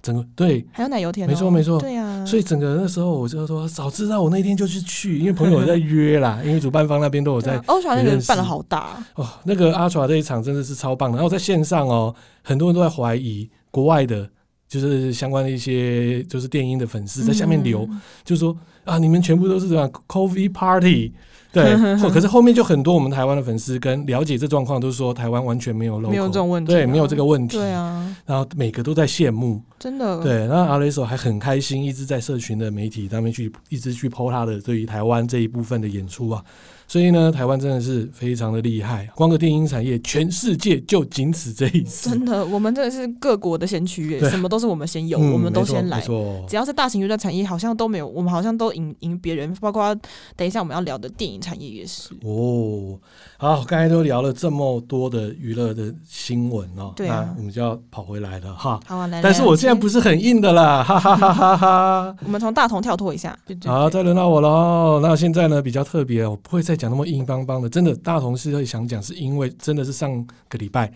A: 整个对
B: 还有奶油甜哦，
A: 没错没错
B: 对啊，
A: 所以整个那时候我就说，早知道我那天就去去，因为朋
B: <laughs>
A: 友在约啦，因为主办方那边都有
B: 对
A: 在
B: 啊。欧船那
A: 也
B: 个
A: 认识
B: 办的好大，
A: 哦，那个阿爪这一场真的是超棒的。然后在线上哦，很多人都在怀疑国外的，就是相关的一些就是电音的粉丝在下面留，
B: 嗯
A: 就说啊，你们全部都是这样 coffee
B: <laughs>
A: party。对，后可是后面就很多我们台湾的粉丝跟了解这状况，都说台湾完全没有 logo，
B: 没有这种问题，啊
A: 对，没有这个，问题。
B: 对啊，
A: 然后每个都在羡慕，
B: 真的，，
A: 对，那阿雷索还很开心，一直在社群的媒体上面去一直去 PO 他的对于台湾这一部分的演出啊。所以呢，台湾真的是非常的厉害，啊光个电音产业，全世界就仅此这一次。
B: 真的，我们真的是各国的先驱耶，
A: 对
B: 什么都是我们先有，
A: 嗯
B: 我们都
A: 没错
B: 先来
A: 没。错，
B: 只要是大型娱乐产业，好像都没有，我们好像都赢赢别人，包括等一下我们要聊的电影产业也是。
A: 哦，好，刚才都聊了这么多的娱乐的新闻哦，
B: 对啊
A: 那我们就要跑回来了哈。
B: 好啊，来，
A: 但是
B: 来
A: 我现在不，是很硬的啦，哈哈哈哈哈。
B: 我们从大同跳脱一下。对对
A: 好，
B: 对
A: 再轮到我喽。那现在呢比较特别，哦我不会再讲那么硬邦邦的。真的，大同事会想讲，是因为真的是上个礼拜，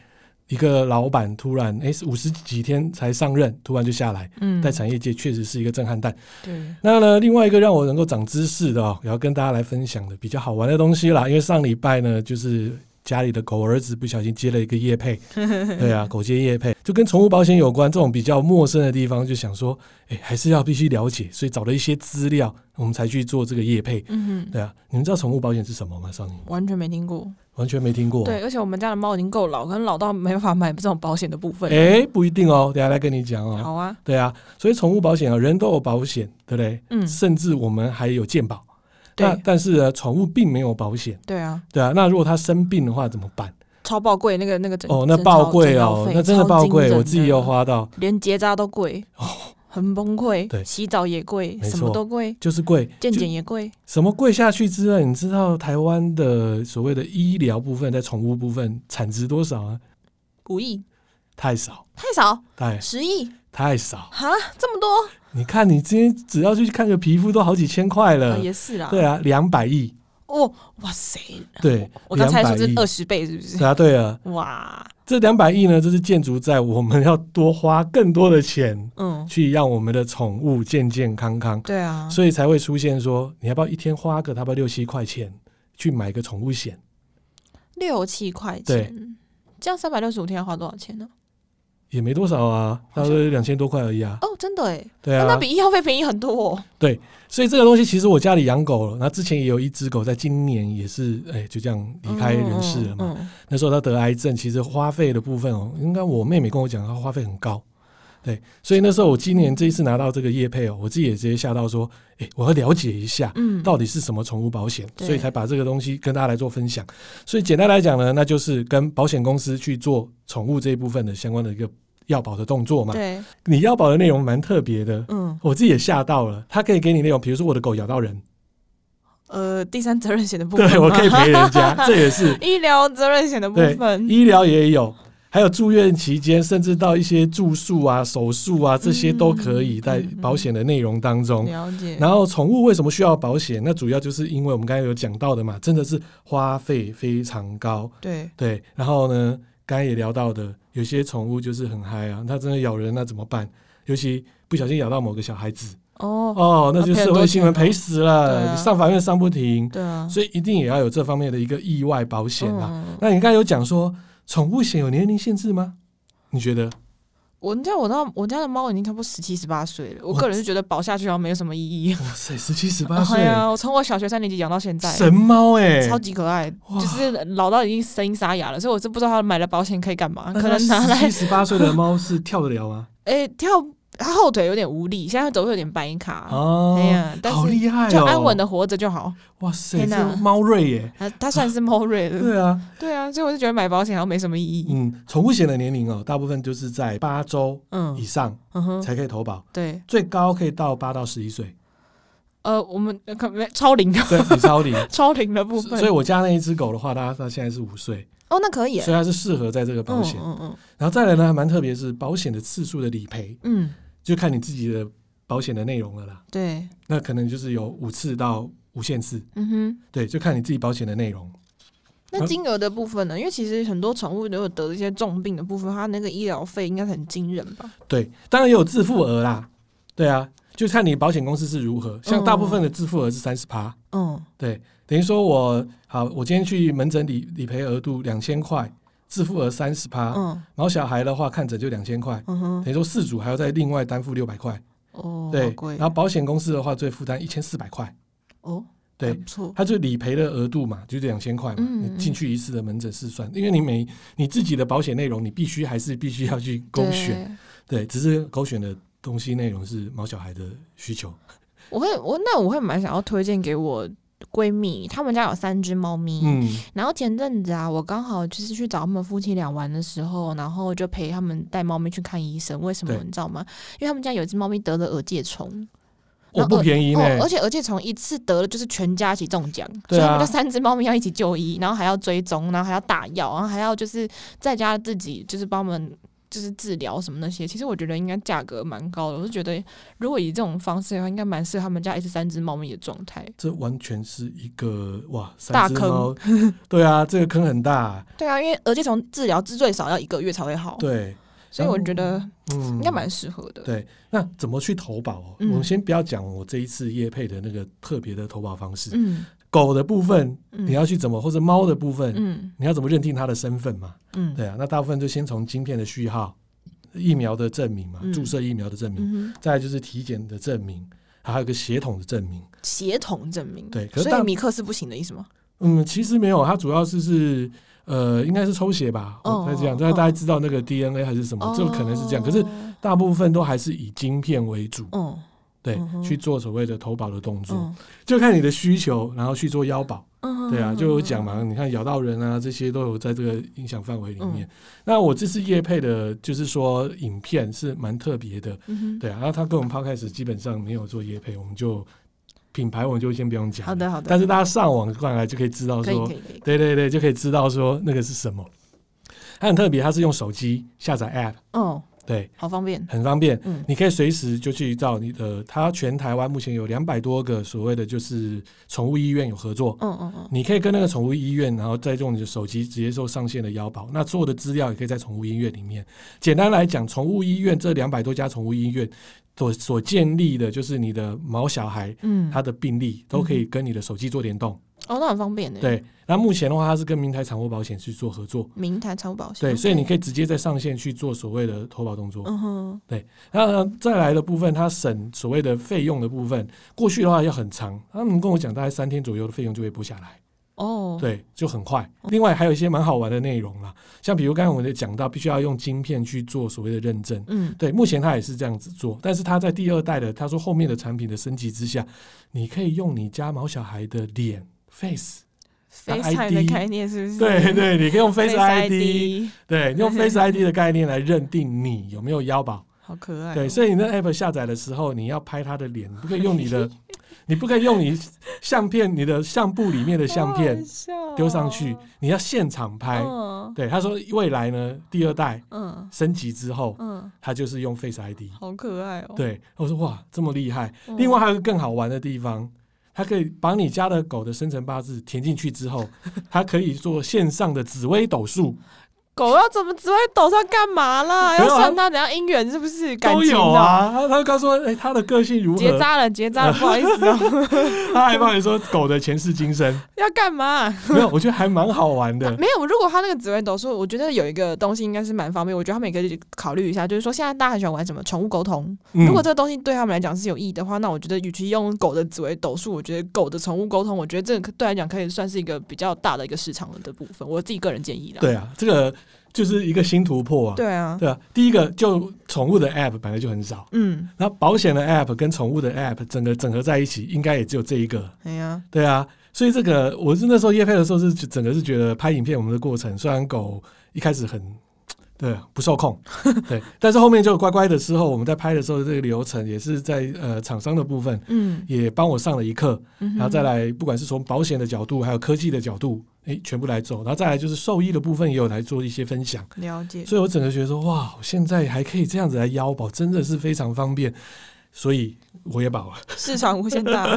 A: 一个老板突然哎五十几天才上任，突然就下来，
B: 嗯
A: 在产业界确实是一个震撼弹。
B: 对，
A: 那呢，另外一个让我能够长知识的哦，也要跟大家来分享的比较好玩的东西啦。因为上礼拜呢，就是家里的狗儿子不小心接了一个业
B: <laughs>
A: 配，对啊，狗接业配，就跟宠物保险有关这种比较陌生的地方，就想说，哎，还是要必须了解，所以找了一些资料，我们才去做这个业配。
B: 嗯哼，
A: 对啊，你们知道宠物保险是什么吗？少年
B: 完全没听过。
A: 完全没听过。
B: 对，而且我们家的猫已经够老，可能老到没办法买这种保险的部分。
A: 哎，不一定哦，等一下来跟你讲哦。
B: 好啊，
A: 对啊，所以宠物保险啊，人都有保险，对不对？
B: 嗯，
A: 甚至我们还有健保。那
B: 对，
A: 但是呢，宠物并没有保险。
B: 对啊，
A: 对啊，那如果他生病的话怎么办？
B: 超爆贵，那个那个整
A: 哦，那爆贵哦，那真的爆贵，我自己有，
B: 整套费超惊人的
A: 花到，
B: 连结扎都贵，很崩溃。
A: 对
B: 洗澡也贵，
A: 没
B: 什么
A: 错
B: 都贵，
A: 就是贵，
B: 健
A: 就
B: 检也贵。
A: 什么贵下去之外，你知道台湾的所谓的医疗部分，在宠物部分产值多少啊？
B: 五亿
A: 太少，
B: 太少，
A: 太
B: 十亿
A: 太少。
B: 哈，这么多、
A: 你看，你今天只要去看个皮肤都好几千块
B: 啊
A: 了，
B: 也是啦。
A: 对啊，两百
B: <laughs>
A: 亿，
B: 哦，哇塞！
A: 对，
B: 我刚才说
A: 200
B: 是
A: 亿
B: 二十倍，是不是？
A: 答对了。
B: 哇，
A: 这两百亿呢，这是建筑在我们要多花更多的钱
B: 嗯，
A: 去让我们的宠物健健康康。
B: 对啊，
A: 所以才会出现说，你要不要一天花个差不多六七块钱去买个宠物险？
B: 六七块
A: 对
B: 钱，这样三百六十五天要花多少钱呢？
A: 也没多少啊，
B: 好
A: 大
B: 像
A: 概两千多块而已啊。
B: 哦，真的哎，
A: 对
B: 那
A: 啊，
B: 比医药费便宜很多哦。
A: 所以这个东西其实我家里养狗了，那之前也有一只狗，在今年也是哎、就这样离开人世了嘛。
B: 嗯，嗯嗯
A: 那时候它得癌症，其实花费的部分哦，应该我妹妹跟我讲，它花费很高。对，所以那时候我今年这一次拿到这个业配哦，我自己也直接吓到说，哎、我要了解一下，
B: 嗯，
A: 到底是什么宠物保险，
B: 对
A: 所以才把这个东西跟大家来做分享。所以简单来讲呢，那就是跟保险公司去做宠物这一部分的相关的一个要保的动作嘛。
B: 对，
A: 你要保的内容蛮特别的，
B: 嗯，
A: 我自己也吓到了。它可以给你内容，比如说我的狗咬到人，
B: 呃，第三责任险的部分，
A: 对我可以赔人家，这也是
B: <laughs> 医疗责任险的部
A: 对
B: 分，
A: 医疗也有。还有住院期间，甚至到一些住宿啊、手术啊，这些都可以
B: 嗯
A: 在
B: 嗯嗯
A: 保险的内容当中。
B: 了解。
A: 然后宠物为什么需要保险？那主要就是因为我们刚才有讲到的嘛，真的是花费非常高。
B: 对，
A: 对，然后呢，刚才也聊到的，有些宠物就是很嗨啊，它真的咬人那怎么办？尤其不小心咬到某个小孩子，
B: 哦，
A: 哦，那就社会新闻赔死
B: 对
A: 了，
B: 啊
A: 你上法院上不停，
B: 对啊，
A: 所以一定也要有这方面的一个意外保险啦。
B: 嗯
A: 那你刚才有讲说，宠物险有年龄限制吗？你觉得？
B: 我家我到我家的猫已经差不多十七十八岁了，我
A: 哇
B: 个人是觉得保下去好像没有什么意义。
A: 哇塞，十七十八岁
B: 对，啊，我从我小学三年级养到现在，
A: 神猫哎、
B: 超级可爱，
A: 哇
B: 就是老到已经声音沙哑了，所以啊 <laughs> 我是不知道他买了保险可以干嘛，可能拿
A: 十
B: 来 <laughs> 哎
A: 七十八岁的猫是跳得了吗？
B: 诶、跳他后腿有点无力，现在走路有点白卡。
A: 哦
B: 哎呀，但
A: 好
B: 是
A: 厉害哦！
B: 就安稳的活着就好。
A: 哇塞，
B: 天哪
A: 这猫瑞耶！
B: 啊，他算是猫瑞了。
A: <laughs> 对啊，
B: 对啊，所以我就觉得买保险好像没什么意义。
A: 嗯，宠物险的年龄哦，大部分就是在八周
B: 嗯
A: 以上
B: 嗯哼，
A: 才可以投保，
B: 对，
A: 最高可以到八到十一
B: <laughs>
A: 岁，
B: 呃，我们呃可没超龄的 <laughs>
A: 对，李超龄。
B: 超龄的部分
A: 所以，，我家那一只狗的话，它它现在是五岁，
B: 哦，那可以耶，
A: 所以它是适合在这个保
B: 嗯
A: 险。
B: 嗯嗯
A: 然后再来呢，还蛮特别是保险的次数的理赔，
B: 嗯，
A: 就看你自己的保险的内容了啦。
B: 对，
A: 那可能就是有五次到无限次，
B: 嗯哼。
A: 对，就看你自己保险的内容。
B: 那金额的部分呢？因为其实很多宠物都有得一些重病的部分，它那个医疗费应该很惊人吧？
A: 对，当然也有自付额啦，对啊，就看你保险公司是如何。像大部分的自付额
B: 哦
A: 是三十趴，
B: 嗯
A: 对，等于说我好，我今天去门诊理理赔额度两千块，自付额三十趴，然
B: 嗯
A: 后小孩的话看诊就两千块，
B: 嗯哼，
A: 等于说事主还要再另外担负六百块，
B: 哦，好
A: 对，
B: 贵
A: 然后保险公司的话最负担一千四百块，
B: 哦，
A: 对
B: 还，不错，
A: 它就理赔的额度嘛，就是两千块嘛。
B: 嗯
A: 你进去一次的门诊试算，因为你每你自己的保险内容，你必须还是必须要去勾选。
B: 对。
A: 对，只是勾选的东西内容是毛小孩的需
B: 嗯
A: 求。
B: 我会我那我会蛮想要推荐给我闺蜜，她们家有三只猫咪，
A: 嗯
B: 然后前阵子啊，我刚好就是去找他们夫妻俩玩的时候，然后就陪他们带猫咪去看医生。为什么
A: 对
B: 你知道吗？因为他们家有一只猫咪得了耳疥虫，
A: 我、
B: 那
A: 不便宜呢、
B: 哦，而且耳疥虫一次得了就是全家一起中奖，所
A: 对啊
B: 以他们就三只猫咪要一起就医，然后还要追踪，然后还要打药，然后还要就是在家自己就是帮他们。就是治疗什么那些，其实我觉得应该价格蛮高的。我就觉得，如果以这种方式的话，应该蛮适合他们家一只三只猫咪的状态。
A: 这完全是一个哇，
B: 大
A: 三只猫，对啊，这个坑很大。
B: 对啊，因为耳疥虫治疗至最少要一个月才会好，
A: 对，
B: 所以我觉得
A: 嗯，
B: 哦应该蛮适合的。
A: 对。那怎么去投保、哦？
B: 嗯
A: 我们先不要讲我这一次业配的那个特别的投保方式。
B: 嗯，
A: 狗的部分
B: 嗯
A: 你要去怎么，或者猫的部分、
B: 嗯
A: 你要怎么认定它的身份嘛？
B: 嗯
A: 对啊，那大部分就先从晶片的序号、疫苗的证明嘛，
B: 嗯
A: 注射疫苗的证明，
B: 嗯哼，
A: 再来就是体检的证明，还有个血统的证明。
B: 协同证明
A: 对可是
B: 所
A: 大
B: 以米克是不行的意思吗？
A: 嗯，其实没有，它主要是是呃，应该是抽血吧，
B: 哦
A: 我在讲，
B: 哦
A: 让大家知道那个 DNA 还是什么，这个可能是这样。可是大部分都还是以晶片为主，
B: 哦，
A: 对
B: 嗯，哼
A: 去做所谓的投保的动作，
B: 嗯
A: 就看你的需求，然后去做腰保。
B: 嗯，
A: 对啊，就有讲
B: 嘛，
A: 嘛，你看咬到人啊，这些都有在这个影响范围里面。
B: 嗯
A: 那我这次夜配的，就是说影片是蛮特别的，
B: 嗯哼，
A: 对啊。然后他跟我们 podcast 基本上没有做夜配，我们就品牌我们就先不用讲。
B: 好的好的
A: 但是大家上网看来就可以知道
B: 可以
A: 说
B: 可，以可以，
A: 对对对，就可以知道说那个是什么。它很特别，它是用手机下载 app，
B: 哦，
A: 对，
B: 好方便，
A: 很方便。
B: 嗯
A: 你可以随时就去到你的，呃它全台湾目前有两百多个所谓的就是宠物医院有合作，
B: 嗯嗯嗯，
A: 你可以跟那个宠物医院，然后再用你的手机直接做上线的腰保。那所有的资料也可以在宠物医院里面。简单来讲，宠物医院这两百多家宠物医院所所建立的，就是你的毛小孩
B: 嗯，
A: 他的病例都可以跟你的手机做联动。
B: 哦，那很方便的，，
A: 对，那目前的话，它是跟明台产货保险去做合作。
B: 明台财务保险，
A: 对，
B: OK
A: 所以你，可以直接在上线去做所谓的投保动作。
B: 嗯哼，
A: 那呃再来的部分，它省所谓的费用的部分，过去的话要很长，他们跟我讲大概三天左右的费用就会拨下来。
B: 哦，，
A: 对，就很快。另外还有一些蛮好玩的内容啦，像比如刚才我们讲到，必须要用晶片去做所谓的认证。
B: 嗯，
A: 对，目前它也是这样子做，但是它在第二代的，他说后面的产品的升级之下，你可以用你家毛小孩的脸 face，
B: ，FaceTime 的概念是不是？
A: 对对，你可以用 face ID，
B: ID，
A: 对，
B: <laughs>
A: 你用 face ID 的概念来认定你有没有腰保。
B: 好可爱哦，
A: 对，所以你那 app 下载的时候，你要拍他的脸，你不可以用你
B: <laughs>
A: 的，你不可以用你相片、你的相簿里面的相片
B: 片
A: 丢上去，你要现场拍。
B: 哦啊嗯
A: 对，他说未来呢，第二代
B: 嗯
A: 升级之后，
B: 嗯，
A: 他就是用 Face ID。
B: 好可爱哦，
A: 对，我说哇，这么厉害。
B: 嗯，
A: 另外还有一个更好玩的地方，它可以把你家的狗的生辰八字填进去之
B: <laughs>
A: 后，它可以做线上的紫微斗数，
B: 狗要怎么只会抖它干嘛啦？
A: 没
B: 要
A: 有啊
B: 算它怎样姻缘是不是？感
A: 都
B: 情
A: 有
B: 哦，
A: 啊。他他刚说，哎、他的个性如
B: 结
A: 何？
B: 扎了，结扎了，不好意思哦，
A: <laughs> 他还帮你说狗的前世今
B: <laughs>
A: 生，
B: 要干嘛？
A: 没有，我觉得还蛮好玩的。
B: 啊没有，如果他那个紫微斗数，我觉得有一个东西应该是蛮方便，我觉得他们也可以考虑一下，就是说现在大家很喜欢玩什么宠物沟通，
A: 嗯
B: 如果这个东西对他们来讲是有意义的话，那我觉得与其用狗的紫微斗数，我觉得狗的宠物沟通，我觉得这个对来讲可以算是一个比较大的一个市场的部分，我自己个人建议啦。
A: 对啊，这个就是一个新突破啊。
B: 对啊，
A: 对啊，第一个就宠物的 App 本来就很少，
B: 嗯，
A: 那保险的 App 跟宠物的 App 整个整合在一起，应该也只有这一个。
B: 哎呀，
A: 对啊，所以这个我是那时候夜配的时候是整个是觉得拍影片我们的过程，虽然狗一开始很对啊不受
B: <laughs>
A: 控，对，但是后面就乖乖的时候，我们在拍的时候这个流程也是在呃厂商的部分
B: 嗯，
A: 也帮我上了一课，
B: 嗯哼
A: 然后再，来不管是从保险的角度，还有科技的角度，诶，全部来走，然后再来就是兽医的部分也有来做一些分享。
B: 了解，
A: 所以我整个觉得说，哇，我现在还可以这样子来腰保，真的是非常方便。所以我也保了， <laughs>
B: 市场无限 <laughs> 大，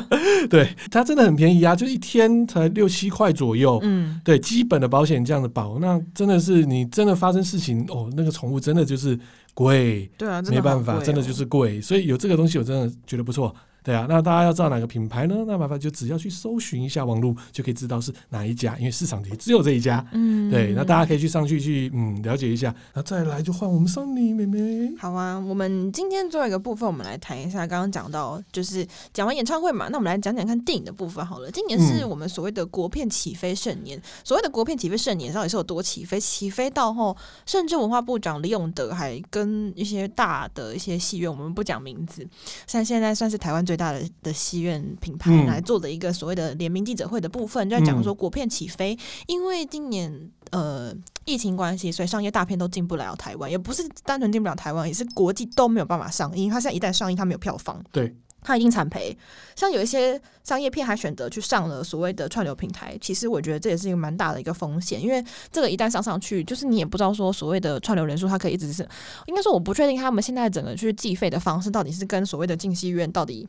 A: 对它真的很便宜啊，就一天才六七块左右。
B: 嗯，
A: 对基本的保险这样的保，那真的是你真的发生事情哦，那个宠物真的就是贵，
B: 对啊，真的
A: 没办
B: 好
A: 法，
B: 贵
A: 真的
B: 哦
A: 就是贵。所以有这个东西，我真的觉得不错。对啊，那大家要知道哪个品牌呢？那麻烦就只要去搜寻一下网络，就可以知道是哪一家，因为市场也只有这一家。
B: 嗯，
A: 对，那大家可以去上去去嗯了解一下，那再来就换我们桑尼妹妹。
B: 好啊，我们今天最后一个部分，我们来谈一下刚刚讲到，就是讲完演唱会嘛，那我们来讲讲看电影的部分好了。今年是
A: 嗯
B: 我们所谓的国片起飞盛年，所谓的国片起飞盛年到底是有多起飞？起飞到后，甚至文化部长李永德还跟一些大的一些戏院，我们不讲名字，像现在算是台湾最大的的戏院品牌
A: 嗯
B: 来做的一个所谓的联名记者会的部分，就在讲说国片起飞，因为今年呃疫情关系，所以商业大片都进不了台湾，也不是单纯进不了台湾，也是国际都没有办法上映。它现在一旦上映，它没有票房，
A: 对，
B: 它已经惨赔。像有一些商业片还选择去上了所谓的串流平台，其实我觉得这也是一个蛮大的一个风险，因为这个一旦上上去，就是你也不知道说所谓的串流人数，它可以一直是，应该说我不确定他们现在整个去计费的方式到底是跟所谓的进戏院到底。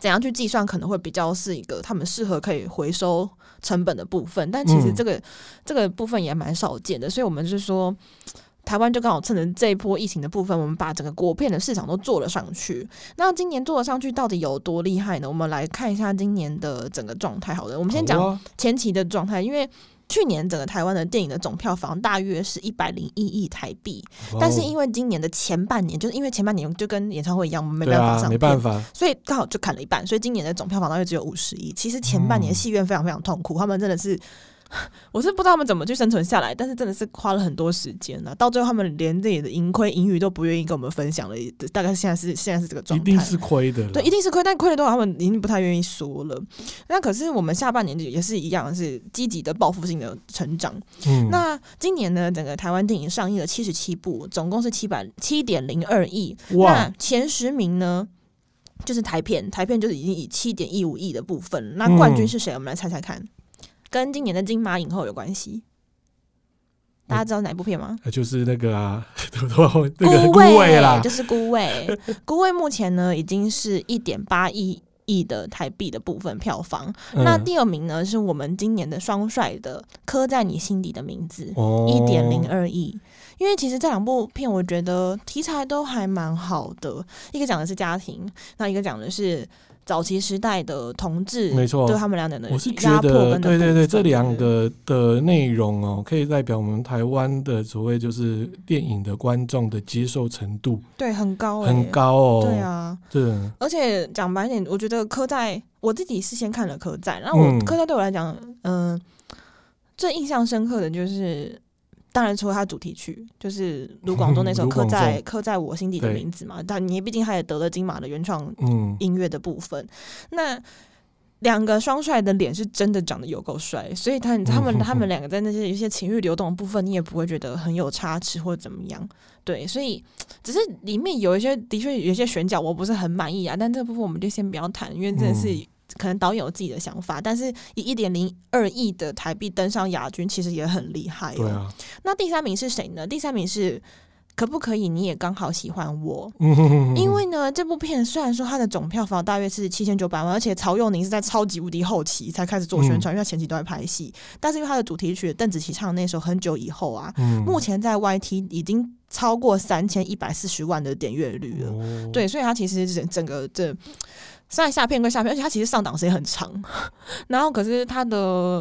B: 怎样去计算可能会比较是一个他们适合可以回收成本的部分，但其实
A: 嗯
B: 这个、这个部分也蛮少见的，所以我们是说，台湾就刚好趁着这一波疫情的部分，我们把整个国片的市场都做了上去。那今年做了上去到底有多厉害呢？我们来看一下今年的整个状态。好了，我
A: 我
B: 们先讲前期的状态，因为去年整个台湾的电影的总票房大约是一百零一亿台币，但是因
A: 为
B: 为今年的前半年，就是因为前半年就跟演唱会一样，我们没
A: 对
B: 办法
A: 啊，
B: 上
A: 没
B: 片，
A: 办法，
B: 所以刚好就砍了一半，所以今年的总票房大约只有五十亿。其实前半年
A: 嗯
B: 戏院非常非常痛苦，他们真的是， <laughs> 我是不知道他们怎么去生存下来，但是真的是花了很多时间啊了、到最后他们连自己的盈亏盈余都不愿意跟我们分享了，大概现在是现在是这个状
A: 一
B: 态，
A: 定是亏的啦。
B: 对，一定是亏，但亏了多少他们已经不太愿意说了。那可是我们下半年也是一样，是积极的报复性的成长。
A: 嗯，
B: 那今年呢，整个台湾电影上映了七十七部，总共是七百七点零二亿。那
A: 哇，
B: 前十名呢？就是台片，台片就是已经以七点一五亿的部分，那冠军
A: 嗯
B: 是谁？我们来猜猜看，跟今年的金马影后有关系。大家知道哪部片吗？
A: 呃就是那个啊， <laughs> 那个
B: 孤味
A: 位啦
B: 就，是
A: <laughs>
B: 孤味。孤味目前呢已经是一点八亿亿的台币的部分票房。那
A: 嗯
B: 第二名呢是我们今年的双帅的《刻在你心底的名字》，
A: 哦
B: 一点零二亿。因为其实这两部片，我觉得题材都还蛮好的，一个讲的是家庭，那一个讲的是早期时代的同志，
A: 没错
B: 对他们两人的
A: 我是觉
B: 压迫
A: 得，
B: 跟的
A: 对对
B: 部
A: 对，
B: 分
A: 这两。
B: 对
A: 个的内容哦，可以代表我们台湾的所谓就是电影的观众的接受程度
B: 对，很高、欸，
A: 很。高哦。
B: 对，啊，
A: 对，
B: 而且讲白一点，我觉得科在我自己是先看了科在，然后我、
A: 嗯
B: 科在对我来讲，嗯、最印象深刻的就是，当然除了他主题曲，就是卢广仲那首《
A: <laughs> 卢
B: 刻
A: 广仲
B: 在刻在我心底的
A: 对
B: 名字》嘛，但你毕竟他也得了金马的原创
A: 嗯，
B: 音乐的部分。那两个双帅的脸是真的长得有够帅，所以他他
A: 嗯
B: 们
A: 哼哼
B: 他们两个在那些一些情欲流动的部分，你也不会觉得很有差池或怎么样。对，所以只是里面有一些的确有一些选角我不是很满意啊，但这部分我们就先不要谈，因为真的是。
A: 嗯
B: 可能导演有自己的想法，但是以一点零二亿的台币登上亚军，其实也很厉害、哦。
A: 对啊，
B: 那第三名是谁呢？第三名是可不可以你也刚好喜欢我？
A: 嗯哼哼哼
B: 因为呢，这部片虽然说它的总票房大约是七千九百万，而且曹佑宁是在超级无敌后期才开始做
A: 嗯
B: 宣传，因为他前期都在拍戏。但是因为他的主题曲邓紫棋唱的那首《很久以后》啊，
A: 嗯
B: 目前在 YT 已经超过三千一百四十万的点阅率了。
A: 哦
B: 对，所以它其实整整个这虽然下片归下片，而且它其实上档时间很长， <laughs> 呃然后可是它的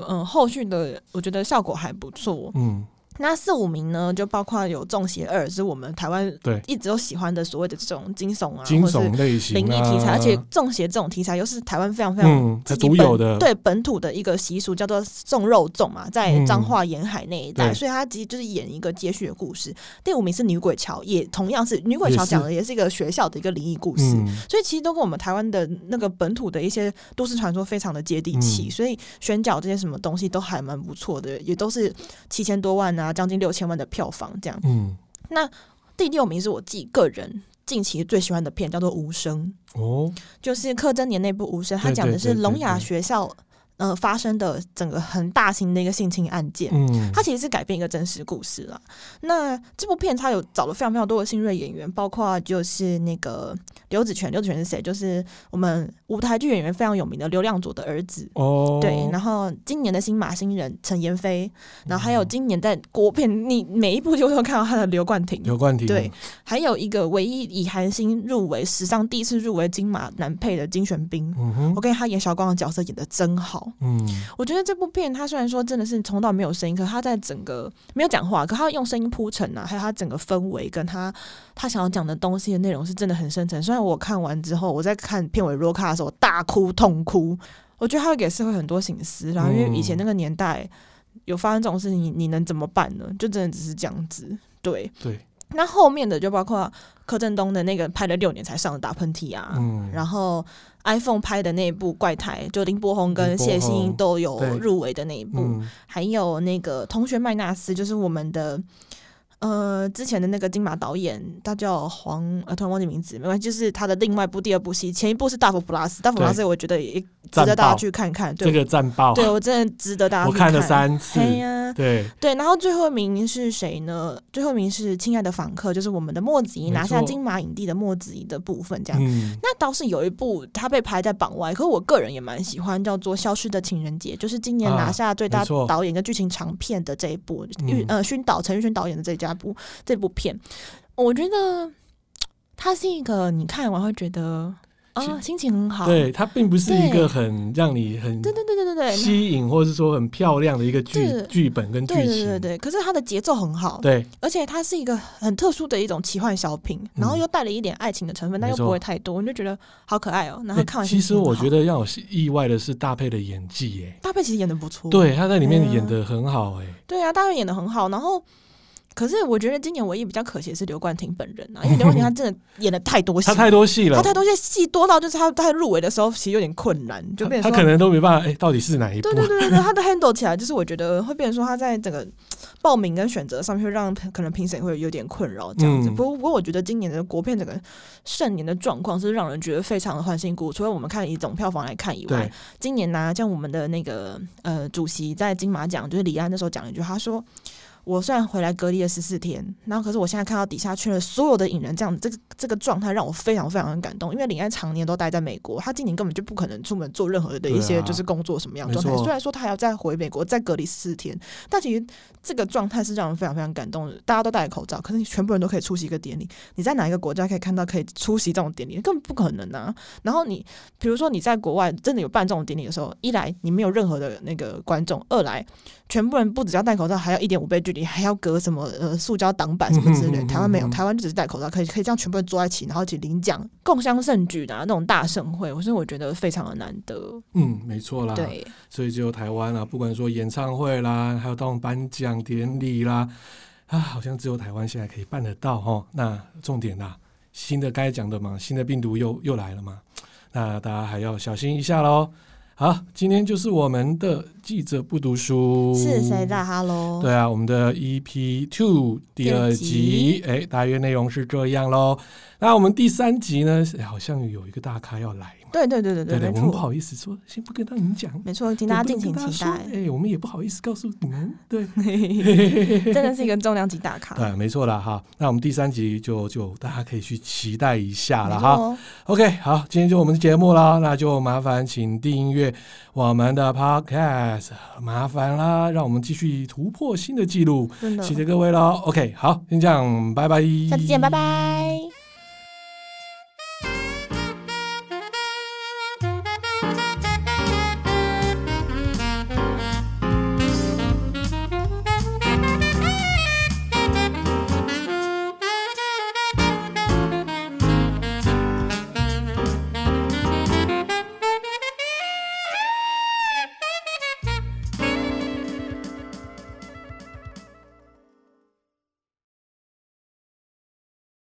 B: 嗯后续的我觉得效果还不错。
A: 嗯
B: 那四五名呢，就包括有《中邪二》，是我们台湾
A: 对
B: 一直都喜欢的所谓的这种惊悚啊，
A: 惊
B: 或是
A: 悚类型、啊、
B: 灵异题材，而且中邪这种题材又是台湾非常非常
A: 嗯，它
B: 自己
A: 独
B: 本、
A: 有的
B: 对本土的一个习俗，叫做送肉粽嘛，在
A: 嗯
B: 彰化沿海那一带，
A: 对
B: 所以它其实就是演一个接续的故事。第五名是女鬼桥，也同样是女鬼
A: 也
B: 桥
A: 是
B: 讲的也是一个学校的一个灵异故事。
A: 嗯，
B: 所以其实都跟我们台湾的那个本土的一些都市传说非常的接地气，
A: 嗯
B: 所以选角这些什么东西都还蛮不错的，也都是七千多万啊，将近六千万的票房这样。
A: 嗯，
B: 第六名是我自己个人近期最喜欢的片，叫做《无声
A: 哦，》，
B: 就是柯震年那部《无声》，
A: 对
B: 它讲的
A: 对
B: 是
A: 对对
B: 聋哑学校呃发生的整个很大型的一个性侵案件。
A: 嗯，
B: 它其实是改编一个真实故事啦。那这部片它有找了非常非常多的新锐演员，包括就是那个刘子权，刘子权是谁？就是我们舞台剧演员非常有名的刘亮佐的儿子。
A: 哦，
B: 对，然后今年的新马新人陈妍霏，然后还
A: 嗯
B: 有今年在国片，你每一部就会看到他的刘冠廷，
A: 刘冠廷，
B: 对，还有一个唯一以韩星入围史上第一次入围金马男配的金玄彬，
A: 嗯哼
B: 我，跟他演小光的角色演的真好，
A: 嗯，
B: 我觉得这部片它虽然说真的是从到没有声音，可它在整个没有讲话，可它用声音铺陈啊，还有它整个氛围跟它它想要讲的东西的内容是真的很深沉。虽然我看完之后，我在看片尾 r o c a 的时候我大哭痛哭，我觉得它会给社会很多醒思啦。
A: 嗯
B: 因为以前那个年代有发生这种事情，你你能怎么办呢？就真的只是这样子，对。
A: 对，
B: 那后面的就包括柯震东的那个拍了六年才上的打喷嚏啊，
A: 嗯，
B: 然后 iPhone 拍的那一部《怪胎》，就林柏宏跟
A: 林柏
B: 谢欣
A: 宏
B: 颖都有
A: 对
B: 入围的那一部，
A: 嗯，
B: 还有那个《同学麦纳斯》，就是我们的呃之前的那个金马导演，他叫黄呃，突然忘记名字，没关系，就是他的另外一部第二部戏，前一部是《大佛普拉斯》，《大佛普拉斯》我觉得也值
A: 战
B: 得
A: 报
B: 大家，去看看，对，
A: 这个战报，
B: 对我真的值得大家
A: 我
B: 去
A: 看了三次，
B: 嘿呀、
A: 对，
B: 对，然后最后一名是谁呢？最后一名是《亲爱的访客》，就是我们的莫子仪
A: 没
B: 拿下
A: 错
B: 金马影帝的莫子仪的部分，这样。
A: 嗯，
B: 那倒是有一部，它被排在榜外，可是我个人也蛮喜欢，叫做《消失的情人节》，就是今年
A: 啊
B: 拿下最
A: 没
B: 佳
A: 错
B: 导演跟剧情长片的这一部，
A: 嗯
B: 玉、呃勋导陈玉勋导演的这家部这部片，我觉得嘖它是一个你看完会觉得啊
A: 是
B: 心情很好，
A: 对，它并不是一
B: 对
A: 个很让你很
B: 对对对对对对
A: 吸引，或是说很漂亮的一个剧
B: 对
A: 剧本跟剧
B: 对对对
A: 情，
B: 对对，可是它的节奏很好，
A: 对
B: 而且它是一个很特殊的一种奇幻小品，然后又带了一点爱情的成分，但又
A: 嗯没错
B: 不会太多，我就觉得好可爱哦、然后
A: 欸
B: 看完
A: 其实我觉
B: 得
A: 得让我意外的是大佩的演技、耶，
B: 搭配其实演的不错，
A: 对，他在里面
B: 嗯
A: 演的很好、哎、
B: 对啊，大卫演的很好，然后。可是我觉得今年唯一比较可惜的是刘冠廷本人啊，因为刘
A: <laughs>
B: 冠廷他真的演了太多戏，
A: 他太多戏了，
B: 哦他太多戏戏多到就是他他入围的时候其实有点困难，就变
A: 他
B: 成
A: 可
B: 说，
A: 能都没办法，哎、到底是哪一部？
B: 对对对对对，他的 handle 起来就是我觉得会变成说他在整个报名跟选择上面会让可能评审会有点困扰这样子。
A: 嗯
B: 不过不过我觉得今年的国片整个盛年的状况是让人觉得非常的欢欣鼓舞，除了我们看以总票房来看以外，
A: 对
B: 今年呢、像我们的那个呃主席在金马奖，就是李安那时候讲了一句，他说：“我虽然回来隔离了十四天，然后可是我现在看到底下圈了所有的影人这样，这个这个状态让我非常非常的感动，因为李安常年都待在美国，他今年根本就不可能出门做任何的一
A: 对
B: 些
A: 啊
B: 就是工作什么样的状态。
A: 没错
B: 虽然说他还要再回美国再隔离十四天，但其实这个状态是让人非常非常感动的。大家都戴着口罩，可是你全部人都可以出席一个典礼，你在哪一个国家可以看到可以出席这种典礼？根本不可能啊！然后你比如说你在国外真的有办这种典礼的时候，一来你没有任何的那个观众，二来全部人不只要戴口罩，还要一点五倍距离，还要隔什么呃塑胶挡板什么之类的。
A: 嗯嗯嗯
B: 台湾没有，
A: 嗯
B: 台湾就只是戴口罩，可以可以这样全部人坐在一起，然后一起领奖，共襄盛举的、啊、那种大盛会，我所以我觉得非常的难得。
A: 嗯，没错啦。
B: 对，
A: 所以只有台湾啊，不管说演唱会啦，还有到颁奖典礼啦，啊，好像只有台湾现在可以办得到哦。那重点啦，新的该讲的嘛，新的病毒又又来了嘛，那大家还要小心一下喽。好，今天就是我们的记者不读书
B: 是谁在哈喽？
A: 对啊，我们的 EP Two 第二集，哎，大约内容是这样喽。那我们第三集呢，哎好像有一个大咖要来，
B: 对对对对
A: 对对，
B: 对，没
A: 我们不
B: 错
A: 好意思说，先不跟他们讲。
B: 没错，请
A: 对
B: 大家
A: 不
B: 敬
A: 能
B: 请
A: 跟
B: 期
A: 大家
B: 待
A: 说。哎、我们也不好意思告诉你们，对，
B: 真的是一个重量级大咖。
A: 对，没错啦哈。那我们第三集就就大家可以去期待一下
B: 没
A: 了
B: 错
A: 哈。
B: 哦，
A: OK，好，今天就我们的节目啦，那就麻烦请订阅我们的 Podcast，麻烦啦，让我们继续突破新的记录，
B: 真的，
A: 谢谢各位喽。OK，好，先这样，拜拜，
B: 下次见，拜。拜。